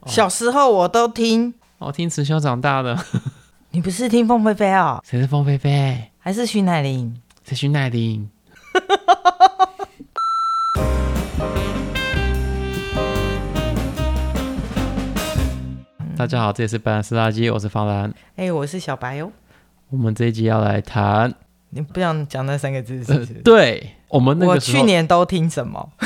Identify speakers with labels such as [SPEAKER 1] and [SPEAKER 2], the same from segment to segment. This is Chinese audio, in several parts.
[SPEAKER 1] 哦小时候我都听，
[SPEAKER 2] 哦，听慈修长大的，
[SPEAKER 1] 你不是听凤飞飞哦，
[SPEAKER 2] 谁是凤飞飞？
[SPEAKER 1] 还是徐乃麟？
[SPEAKER 2] 谁徐乃麟？大家好，这里是白兰斯垃圾，我是方兰。
[SPEAKER 1] 哎、我是小白哦。
[SPEAKER 2] 我们这一集要来谈，
[SPEAKER 1] 你不想讲那三个字是
[SPEAKER 2] 呃
[SPEAKER 1] 不是？
[SPEAKER 2] 对我们那
[SPEAKER 1] 我
[SPEAKER 2] 个时候
[SPEAKER 1] 去年都听什么？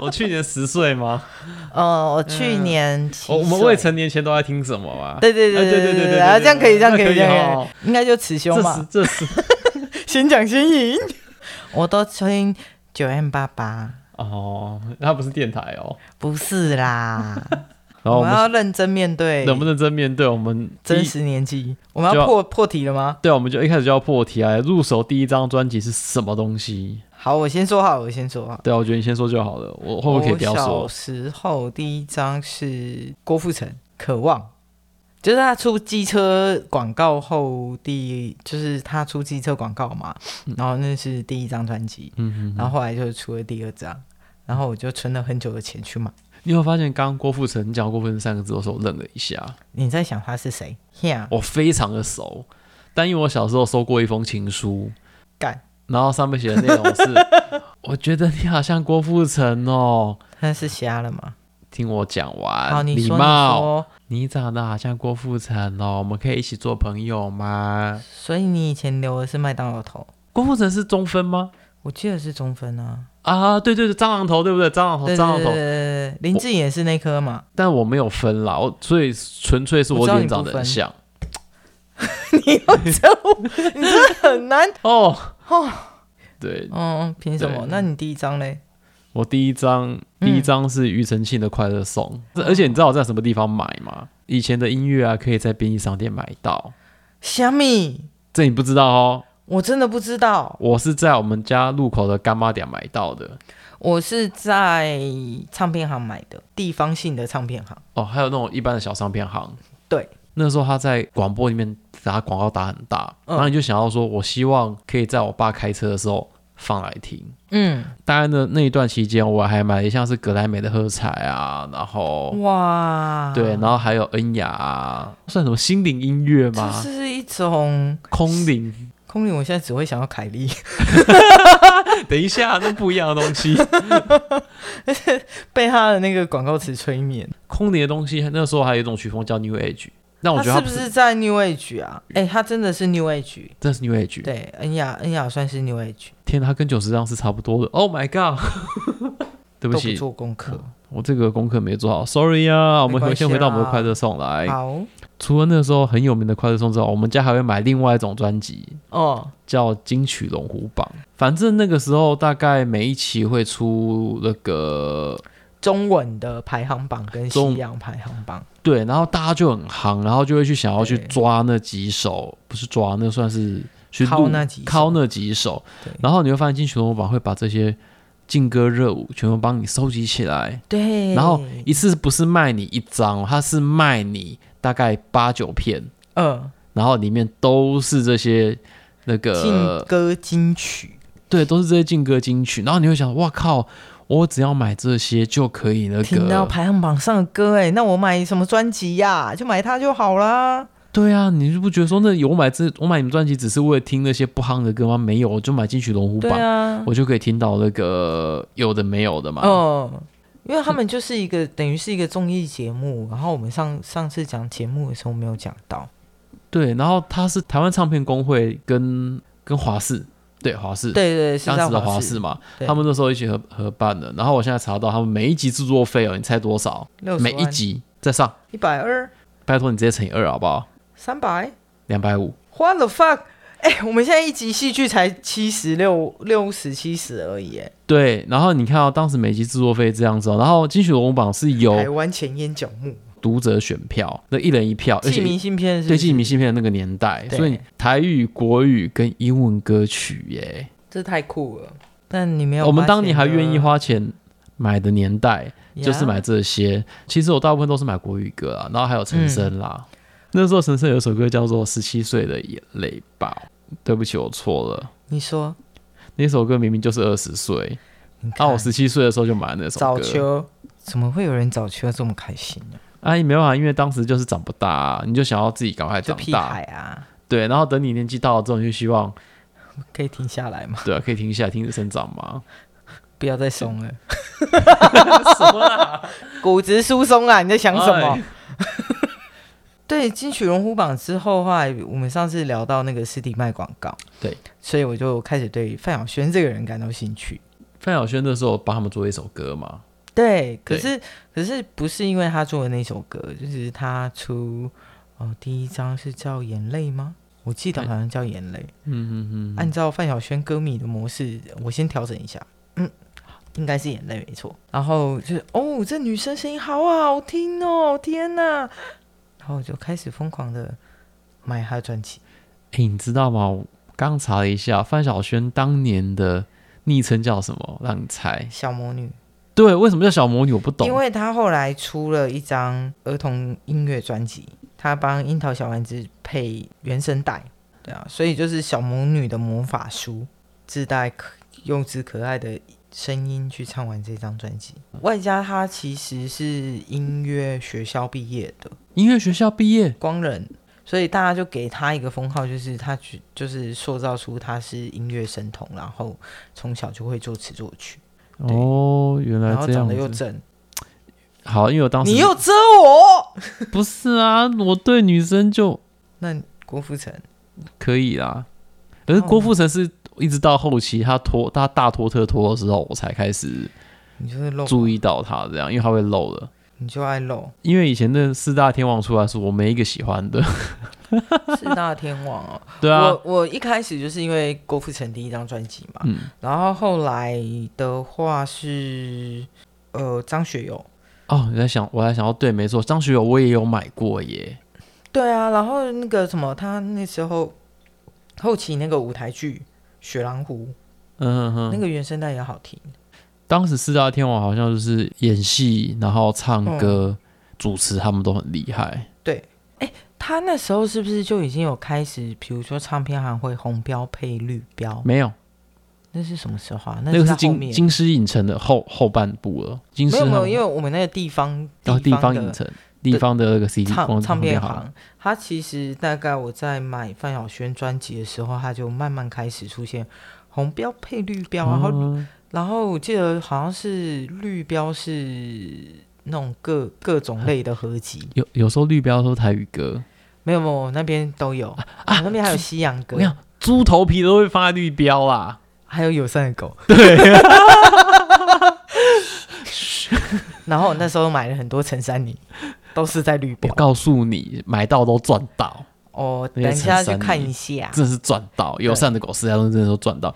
[SPEAKER 2] 我去年十岁 吗？
[SPEAKER 1] 呃，我去年七
[SPEAKER 2] 哦我我们
[SPEAKER 1] 岁
[SPEAKER 2] 未成年前都在听什么 啊？
[SPEAKER 1] 对对对
[SPEAKER 2] 哎对
[SPEAKER 1] 对
[SPEAKER 2] 对对
[SPEAKER 1] 对，
[SPEAKER 2] 对
[SPEAKER 1] 啊，这样可以，这样可以，
[SPEAKER 2] 对
[SPEAKER 1] 这样可
[SPEAKER 2] 对哦
[SPEAKER 1] 以，应该就雌雄
[SPEAKER 2] 这
[SPEAKER 1] 嘛
[SPEAKER 2] 是，这是
[SPEAKER 1] 先讲先赢。 我都听九 M 八八，
[SPEAKER 2] 哦，它不是电台哦。
[SPEAKER 1] 不是啦，
[SPEAKER 2] 然
[SPEAKER 1] 我
[SPEAKER 2] 后我
[SPEAKER 1] 们
[SPEAKER 2] 们
[SPEAKER 1] 要认真面对
[SPEAKER 2] 能不能真面对我们第一
[SPEAKER 1] 真实年纪，我们
[SPEAKER 2] 就
[SPEAKER 1] 要
[SPEAKER 2] 要
[SPEAKER 1] 破破题了吗？
[SPEAKER 2] 对，我们就一开始就要破题啊！入手第一张专辑是什么东西？
[SPEAKER 1] 好，我先说好，我先说好。
[SPEAKER 2] 对啊，我觉得你先说就好了。我会不会可以不要
[SPEAKER 1] 哦我小
[SPEAKER 2] 说？
[SPEAKER 1] 时候第一张是郭富城《渴望》，就是他出机车广告后第，就是他出机车广告嘛，然后那是第一张专辑，
[SPEAKER 2] 嗯
[SPEAKER 1] 然后后来就出了第二张，然后我就存了很久的钱去买。
[SPEAKER 2] 哼，你有没有发现刚刚郭富城你讲郭富城三个字的时候，我愣了一下，
[SPEAKER 1] 你在想他是谁？Yeah，
[SPEAKER 2] 我非常的熟，但因为我小时候收过一封情书，
[SPEAKER 1] 干，
[SPEAKER 2] 然后上面写的内容 是，我觉得你好像郭富城哦。
[SPEAKER 1] 他是瞎了吗？
[SPEAKER 2] 听我讲完，
[SPEAKER 1] 好，你
[SPEAKER 2] 礼
[SPEAKER 1] 说，你
[SPEAKER 2] 貌，
[SPEAKER 1] 说，
[SPEAKER 2] 你长得好像郭富城哦，我们可以一起做朋友吗？
[SPEAKER 1] 所以你以前留的是麦当劳头，
[SPEAKER 2] 郭富城是中分吗？
[SPEAKER 1] 我记得是中分啊，
[SPEAKER 2] 啊，对对对，蟑螂头对不对？蟑螂头，
[SPEAKER 1] 对
[SPEAKER 2] 蟑螂
[SPEAKER 1] 对对
[SPEAKER 2] 头
[SPEAKER 1] 对，对，对林志颖也是那颗嘛，
[SPEAKER 2] 但我没有分啦，我所以纯粹是
[SPEAKER 1] 我
[SPEAKER 2] 我
[SPEAKER 1] 知道
[SPEAKER 2] 脸
[SPEAKER 1] 你不
[SPEAKER 2] 长得很
[SPEAKER 1] 分
[SPEAKER 2] 像
[SPEAKER 1] 你又这么，你真的很难
[SPEAKER 2] 哦对，
[SPEAKER 1] 嗯，凭什么？
[SPEAKER 2] 对
[SPEAKER 1] 那你第一张嘞？
[SPEAKER 2] 我第一张
[SPEAKER 1] 嗯
[SPEAKER 2] 第一张是庾澄庆的《快乐颂》
[SPEAKER 1] 哦
[SPEAKER 2] 而且你知道我在什么地方买吗？以前的音乐啊，可以在便利商店买到，
[SPEAKER 1] 虾米，
[SPEAKER 2] 这你不知道哦。
[SPEAKER 1] 我真的不知道，
[SPEAKER 2] 我是在我们家路口的干妈店买到的
[SPEAKER 1] 我是在唱片行买的，地方性的唱片行。
[SPEAKER 2] 哦，还有那种一般的小商片行。
[SPEAKER 1] 对，
[SPEAKER 2] 那时候他在广播里面打广告打很大，
[SPEAKER 1] 嗯
[SPEAKER 2] 然后你就想要说，我希望可以在我爸开车的时候放来听。
[SPEAKER 1] 嗯，
[SPEAKER 2] 大概那那一段期间，我还买了像是格莱美的喝彩啊，然后、
[SPEAKER 1] 哇，
[SPEAKER 2] 对，然后还有恩雅、啊，算什么心灵音乐
[SPEAKER 1] 这
[SPEAKER 2] 吗？
[SPEAKER 1] 是一种
[SPEAKER 2] 空灵？
[SPEAKER 1] 空灵，我现在只会想到凯莉，
[SPEAKER 2] 等一下，那不一样的东 西。
[SPEAKER 1] 被他的那个广告词催眠。
[SPEAKER 2] 空灵的东西，那时候还有一种曲风叫 New Age，但我觉得
[SPEAKER 1] 他
[SPEAKER 2] 它
[SPEAKER 1] 是不是在 New Age 啊？哎、他真的是 New Age。
[SPEAKER 2] 真的是 New Age。
[SPEAKER 1] 对，哎恩雅，恩雅算是 New Age，
[SPEAKER 2] 天哪，它跟九十张是差不多的。Oh my god！对
[SPEAKER 1] 都
[SPEAKER 2] 不
[SPEAKER 1] 不
[SPEAKER 2] 起，
[SPEAKER 1] 做功课。
[SPEAKER 2] 我这个功课没做好，sorry 啊。我
[SPEAKER 1] 没
[SPEAKER 2] 们
[SPEAKER 1] 关
[SPEAKER 2] 回
[SPEAKER 1] 系啊
[SPEAKER 2] 先回到我们的快乐颂来。
[SPEAKER 1] 好，
[SPEAKER 2] 除了那时候很有名的快乐颂之外，我们家还会买另外一种专辑，
[SPEAKER 1] 哦，
[SPEAKER 2] 叫金曲龙虎榜。反正那个时候大概每一期会出那个
[SPEAKER 1] 中文的排行榜跟西
[SPEAKER 2] 中
[SPEAKER 1] 洋排行榜。
[SPEAKER 2] 对，然后大家就很夯，然后就会去想要去
[SPEAKER 1] 对
[SPEAKER 2] 抓那几首，不是抓，那算是去
[SPEAKER 1] 薅
[SPEAKER 2] 录
[SPEAKER 1] 那几首
[SPEAKER 2] 敲那几首
[SPEAKER 1] 对。
[SPEAKER 2] 然后你会发现金曲龙虎榜会把这些劲歌热舞全部帮你收集起来，
[SPEAKER 1] 对，
[SPEAKER 2] 然后一次不是卖你一张哦，它是卖你大概八九片，
[SPEAKER 1] 嗯，
[SPEAKER 2] 然后里面都是这些。那个
[SPEAKER 1] 劲歌金曲，
[SPEAKER 2] 对，都是这些劲歌金曲。然后你会想，哇靠，我只要买这些就可以那
[SPEAKER 1] 听到
[SPEAKER 2] 个。
[SPEAKER 1] 排行榜上的歌，哎，那我买什么专辑呀？就买它就好啦。
[SPEAKER 2] 对啊，你就不觉得说，那我买这我买你们专辑只是为了听那些不夯的歌吗？没有，我就买金曲龙虎
[SPEAKER 1] 对
[SPEAKER 2] 榜，
[SPEAKER 1] 啊，
[SPEAKER 2] 我就可以听到那个有的没有的嘛。
[SPEAKER 1] 嗯，因为他们就是一个等于是一个综艺节目，然后我们上上次讲节目的时候没有讲到，
[SPEAKER 2] 对，然后它是台湾唱片工会跟跟华视，对华视。
[SPEAKER 1] 对对，是
[SPEAKER 2] 当
[SPEAKER 1] 在
[SPEAKER 2] 时的
[SPEAKER 1] 华
[SPEAKER 2] 华视嘛，
[SPEAKER 1] 对
[SPEAKER 2] 他们那时候一起合合办的。然后我现在查到他们每一集制作费哦，你猜多少？
[SPEAKER 1] 六
[SPEAKER 2] 每一集再上，
[SPEAKER 1] 一百二
[SPEAKER 2] 拜托你直接乘以二好不好？
[SPEAKER 1] 三百
[SPEAKER 2] 两百五。
[SPEAKER 1] ，What the fuck？哎、我们现在一集戏剧才七十六六十七十而已，哎，
[SPEAKER 2] 对，然后你看到、当时每集制作费这样子、哦，然后金曲龙虎榜是
[SPEAKER 1] 台
[SPEAKER 2] 由
[SPEAKER 1] 湾前烟角木，
[SPEAKER 2] 读者选票，那一人一票，而
[SPEAKER 1] 寄
[SPEAKER 2] 且
[SPEAKER 1] 明信片是不
[SPEAKER 2] 对
[SPEAKER 1] 是
[SPEAKER 2] 寄明信片的那个年代，
[SPEAKER 1] 对
[SPEAKER 2] 所以台语、国语跟英文歌曲耶，
[SPEAKER 1] 这太酷了。但你没有，
[SPEAKER 2] 我们当年还愿意，花钱买的年代，就是
[SPEAKER 1] 呀
[SPEAKER 2] 买这些。其实我大部分都是买国语歌啊，然后还有陈升啦。
[SPEAKER 1] 嗯
[SPEAKER 2] 那时候陈升有一首歌叫做《十七岁的眼泪》吧，对不起，我错了。
[SPEAKER 1] 你说，
[SPEAKER 2] 那首歌明明就是二十岁，
[SPEAKER 1] 你
[SPEAKER 2] 啊，
[SPEAKER 1] 看
[SPEAKER 2] 我十七岁的时候就买了那首
[SPEAKER 1] 早
[SPEAKER 2] 歌。
[SPEAKER 1] 秋怎么会有人早期要这么开心呢？
[SPEAKER 2] 啊，你没办法，因为当时就是长不大、啊，你就想要自己赶快
[SPEAKER 1] 就
[SPEAKER 2] 长
[SPEAKER 1] 屁
[SPEAKER 2] 大
[SPEAKER 1] 孩，啊，
[SPEAKER 2] 对，然后等你年纪到了之后，你就希望，
[SPEAKER 1] 可以停下来吗？
[SPEAKER 2] 对啊，可以停下来停止生长嘛，
[SPEAKER 1] 不要再松了，
[SPEAKER 2] 什么啦？
[SPEAKER 1] 骨质疏松啊！你在想什么
[SPEAKER 2] 哎？
[SPEAKER 1] 对，金曲龙虎榜之后，后来我们上次聊到那个实体卖广告，
[SPEAKER 2] 对，
[SPEAKER 1] 所以我就开始对范晓萱这个人感到兴趣。
[SPEAKER 2] 范晓萱那时候帮他们做一首歌嘛，
[SPEAKER 1] 对，可是可是不是因为他做的那首歌，就是他出哦第一张是叫《眼泪》吗？我记得
[SPEAKER 2] 对
[SPEAKER 1] 好像叫《眼泪》。啊
[SPEAKER 2] 嗯嗯嗯，
[SPEAKER 1] 按照范晓萱歌迷的模式，我先调整一下，嗯，应该是眼泪没错。然后就是哦，这女生声音好好听哦，天哪！然后我就开始疯狂的买她的专辑。
[SPEAKER 2] 哎、你知道吗？我刚查了一下，范晓萱当年的昵称叫什么？让你猜。
[SPEAKER 1] 小魔女，
[SPEAKER 2] 对，为什么叫小魔女？我不懂
[SPEAKER 1] 因。为她后来出了一张儿童音乐专辑，她帮樱桃小丸子配原声带，对啊，所以就是小魔女的魔法书，自带可幼稚可爱的声音去唱完这张专辑。外加她其实是音乐学校毕业的
[SPEAKER 2] 音乐学校毕业，
[SPEAKER 1] 光人，所以大家就给她一个封号，就是她去就是塑造出她是音乐神童，然后从小就会作词作曲，对
[SPEAKER 2] 哦，原来
[SPEAKER 1] 然后
[SPEAKER 2] 这
[SPEAKER 1] 长
[SPEAKER 2] 样
[SPEAKER 1] 得又
[SPEAKER 2] 子。
[SPEAKER 1] 正，
[SPEAKER 2] 好，因为我当时
[SPEAKER 1] 你又遮我。
[SPEAKER 2] 不是啊，我对女生就
[SPEAKER 1] 那郭富城
[SPEAKER 2] 可以啦。可是
[SPEAKER 1] 哦
[SPEAKER 2] 郭富城是一直到后期他拖他大拖特拖的时候，我才开始
[SPEAKER 1] 你就是露，
[SPEAKER 2] 注意到他这样，因为他会漏了。
[SPEAKER 1] 你就爱露。
[SPEAKER 2] 因为以前的四大天王出来，是我没一个喜 欢的。
[SPEAKER 1] 四大天王哦，
[SPEAKER 2] 对啊，
[SPEAKER 1] 我我一开始就是因为郭富城第一张专辑嘛，
[SPEAKER 2] 嗯，
[SPEAKER 1] 然后后来的话是呃张学友，
[SPEAKER 2] 哦，你在想，我在想，哦，对，没错，张学友我也有买过耶。
[SPEAKER 1] 对啊，然后那个什么，他那时候后期那个舞台剧《雪狼湖》
[SPEAKER 2] 嗯哼
[SPEAKER 1] 那
[SPEAKER 2] 哼，
[SPEAKER 1] 个原声带也好听，
[SPEAKER 2] 当时四大天王好像就是演戏，然后唱
[SPEAKER 1] 哦
[SPEAKER 2] 歌、主持，他们都很厉害。
[SPEAKER 1] 他那时候是不是就已经有开始，比如说唱片行会红标配绿标？
[SPEAKER 2] 没有，
[SPEAKER 1] 那是什么时候啊？
[SPEAKER 2] 那
[SPEAKER 1] 是
[SPEAKER 2] 个是
[SPEAKER 1] 在后
[SPEAKER 2] 金
[SPEAKER 1] 面。
[SPEAKER 2] 金狮影城的后后半部了。金狮
[SPEAKER 1] 没有没有，因
[SPEAKER 2] 为
[SPEAKER 1] 为我们那个地方
[SPEAKER 2] 然后地
[SPEAKER 1] 方
[SPEAKER 2] 方
[SPEAKER 1] 的
[SPEAKER 2] 影城，地方的那个 CD
[SPEAKER 1] 唱
[SPEAKER 2] 光
[SPEAKER 1] 唱片
[SPEAKER 2] 行，
[SPEAKER 1] 行，它其实大概我在买范晓萱专辑的时候，它就慢慢开始出现红标配绿标，啊然后、
[SPEAKER 2] 嗯
[SPEAKER 1] 然后我记得好像是绿标是那种各各种类的合集，
[SPEAKER 2] 有有时候绿标说台语歌，
[SPEAKER 1] 没有没有，那边都有，我那边还有西洋
[SPEAKER 2] 啊我
[SPEAKER 1] 歌
[SPEAKER 2] 跟你，讲，猪头皮都会放在绿标啊啦。
[SPEAKER 1] 还有友善的狗，然后我那时候买了很多陈珊妮，都是在绿
[SPEAKER 2] 我
[SPEAKER 1] 标。
[SPEAKER 2] 告诉你，买到都赚到，
[SPEAKER 1] 哦，
[SPEAKER 2] 那
[SPEAKER 1] 等
[SPEAKER 2] 些
[SPEAKER 1] 一下
[SPEAKER 2] 陈
[SPEAKER 1] 去
[SPEAKER 2] 珊
[SPEAKER 1] 看
[SPEAKER 2] 妮
[SPEAKER 1] 一下。
[SPEAKER 2] 真的是赚到。友善的狗四大都真的都赚到。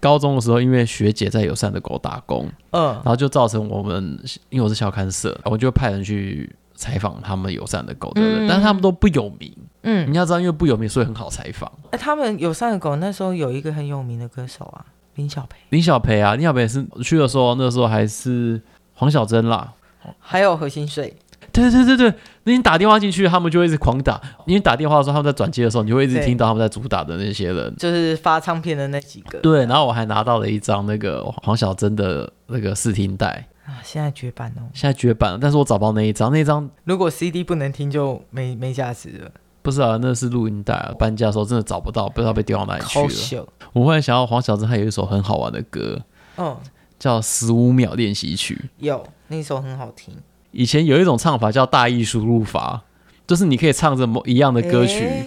[SPEAKER 2] 高中的时候，因为学姐在友善的狗打工，
[SPEAKER 1] 嗯
[SPEAKER 2] 然，后就造成我们，因为我是校刊社，我就派人去采访他们友善的狗的人，
[SPEAKER 1] 嗯
[SPEAKER 2] 但是他们都不有名。
[SPEAKER 1] 嗯
[SPEAKER 2] 你要知道，因为不有名，所以很好采访。
[SPEAKER 1] 哎，他们友善的狗那时候有一个很有名的歌手啊，林小培，
[SPEAKER 2] 林小培啊，林小培是去的时候，那时候还是黄小珍啦。
[SPEAKER 1] 还有何心碎。
[SPEAKER 2] 对对对对，那你打电话进去，他们就会一直狂打。
[SPEAKER 1] 哦
[SPEAKER 2] 因为打电话的时候，他们在转接的时候，你就会一直
[SPEAKER 1] 对
[SPEAKER 2] 听到他们在主打的那些人。
[SPEAKER 1] 就是发唱片的那几个。
[SPEAKER 2] 对，然后我还拿到了一张那个黄小珍的那个试听带，
[SPEAKER 1] 啊，现在绝版哦。
[SPEAKER 2] 现在绝版了，但是我找不到那一张，那张
[SPEAKER 1] 如果 CD 不能听就没没价值了，
[SPEAKER 2] 不是啊，那是录音带啊，搬家的时候真的找不到，不知道被丢到哪里去
[SPEAKER 1] 好
[SPEAKER 2] 了。
[SPEAKER 1] 秀。
[SPEAKER 2] 我忽然想到黄小珍还有一首很好玩的歌，
[SPEAKER 1] 嗯，
[SPEAKER 2] 叫《十五秒练习曲》。
[SPEAKER 1] 有那首很好听。
[SPEAKER 2] 以前有一种唱法叫大艺输入法，就是你可以唱着某一样的歌曲，
[SPEAKER 1] 诶哦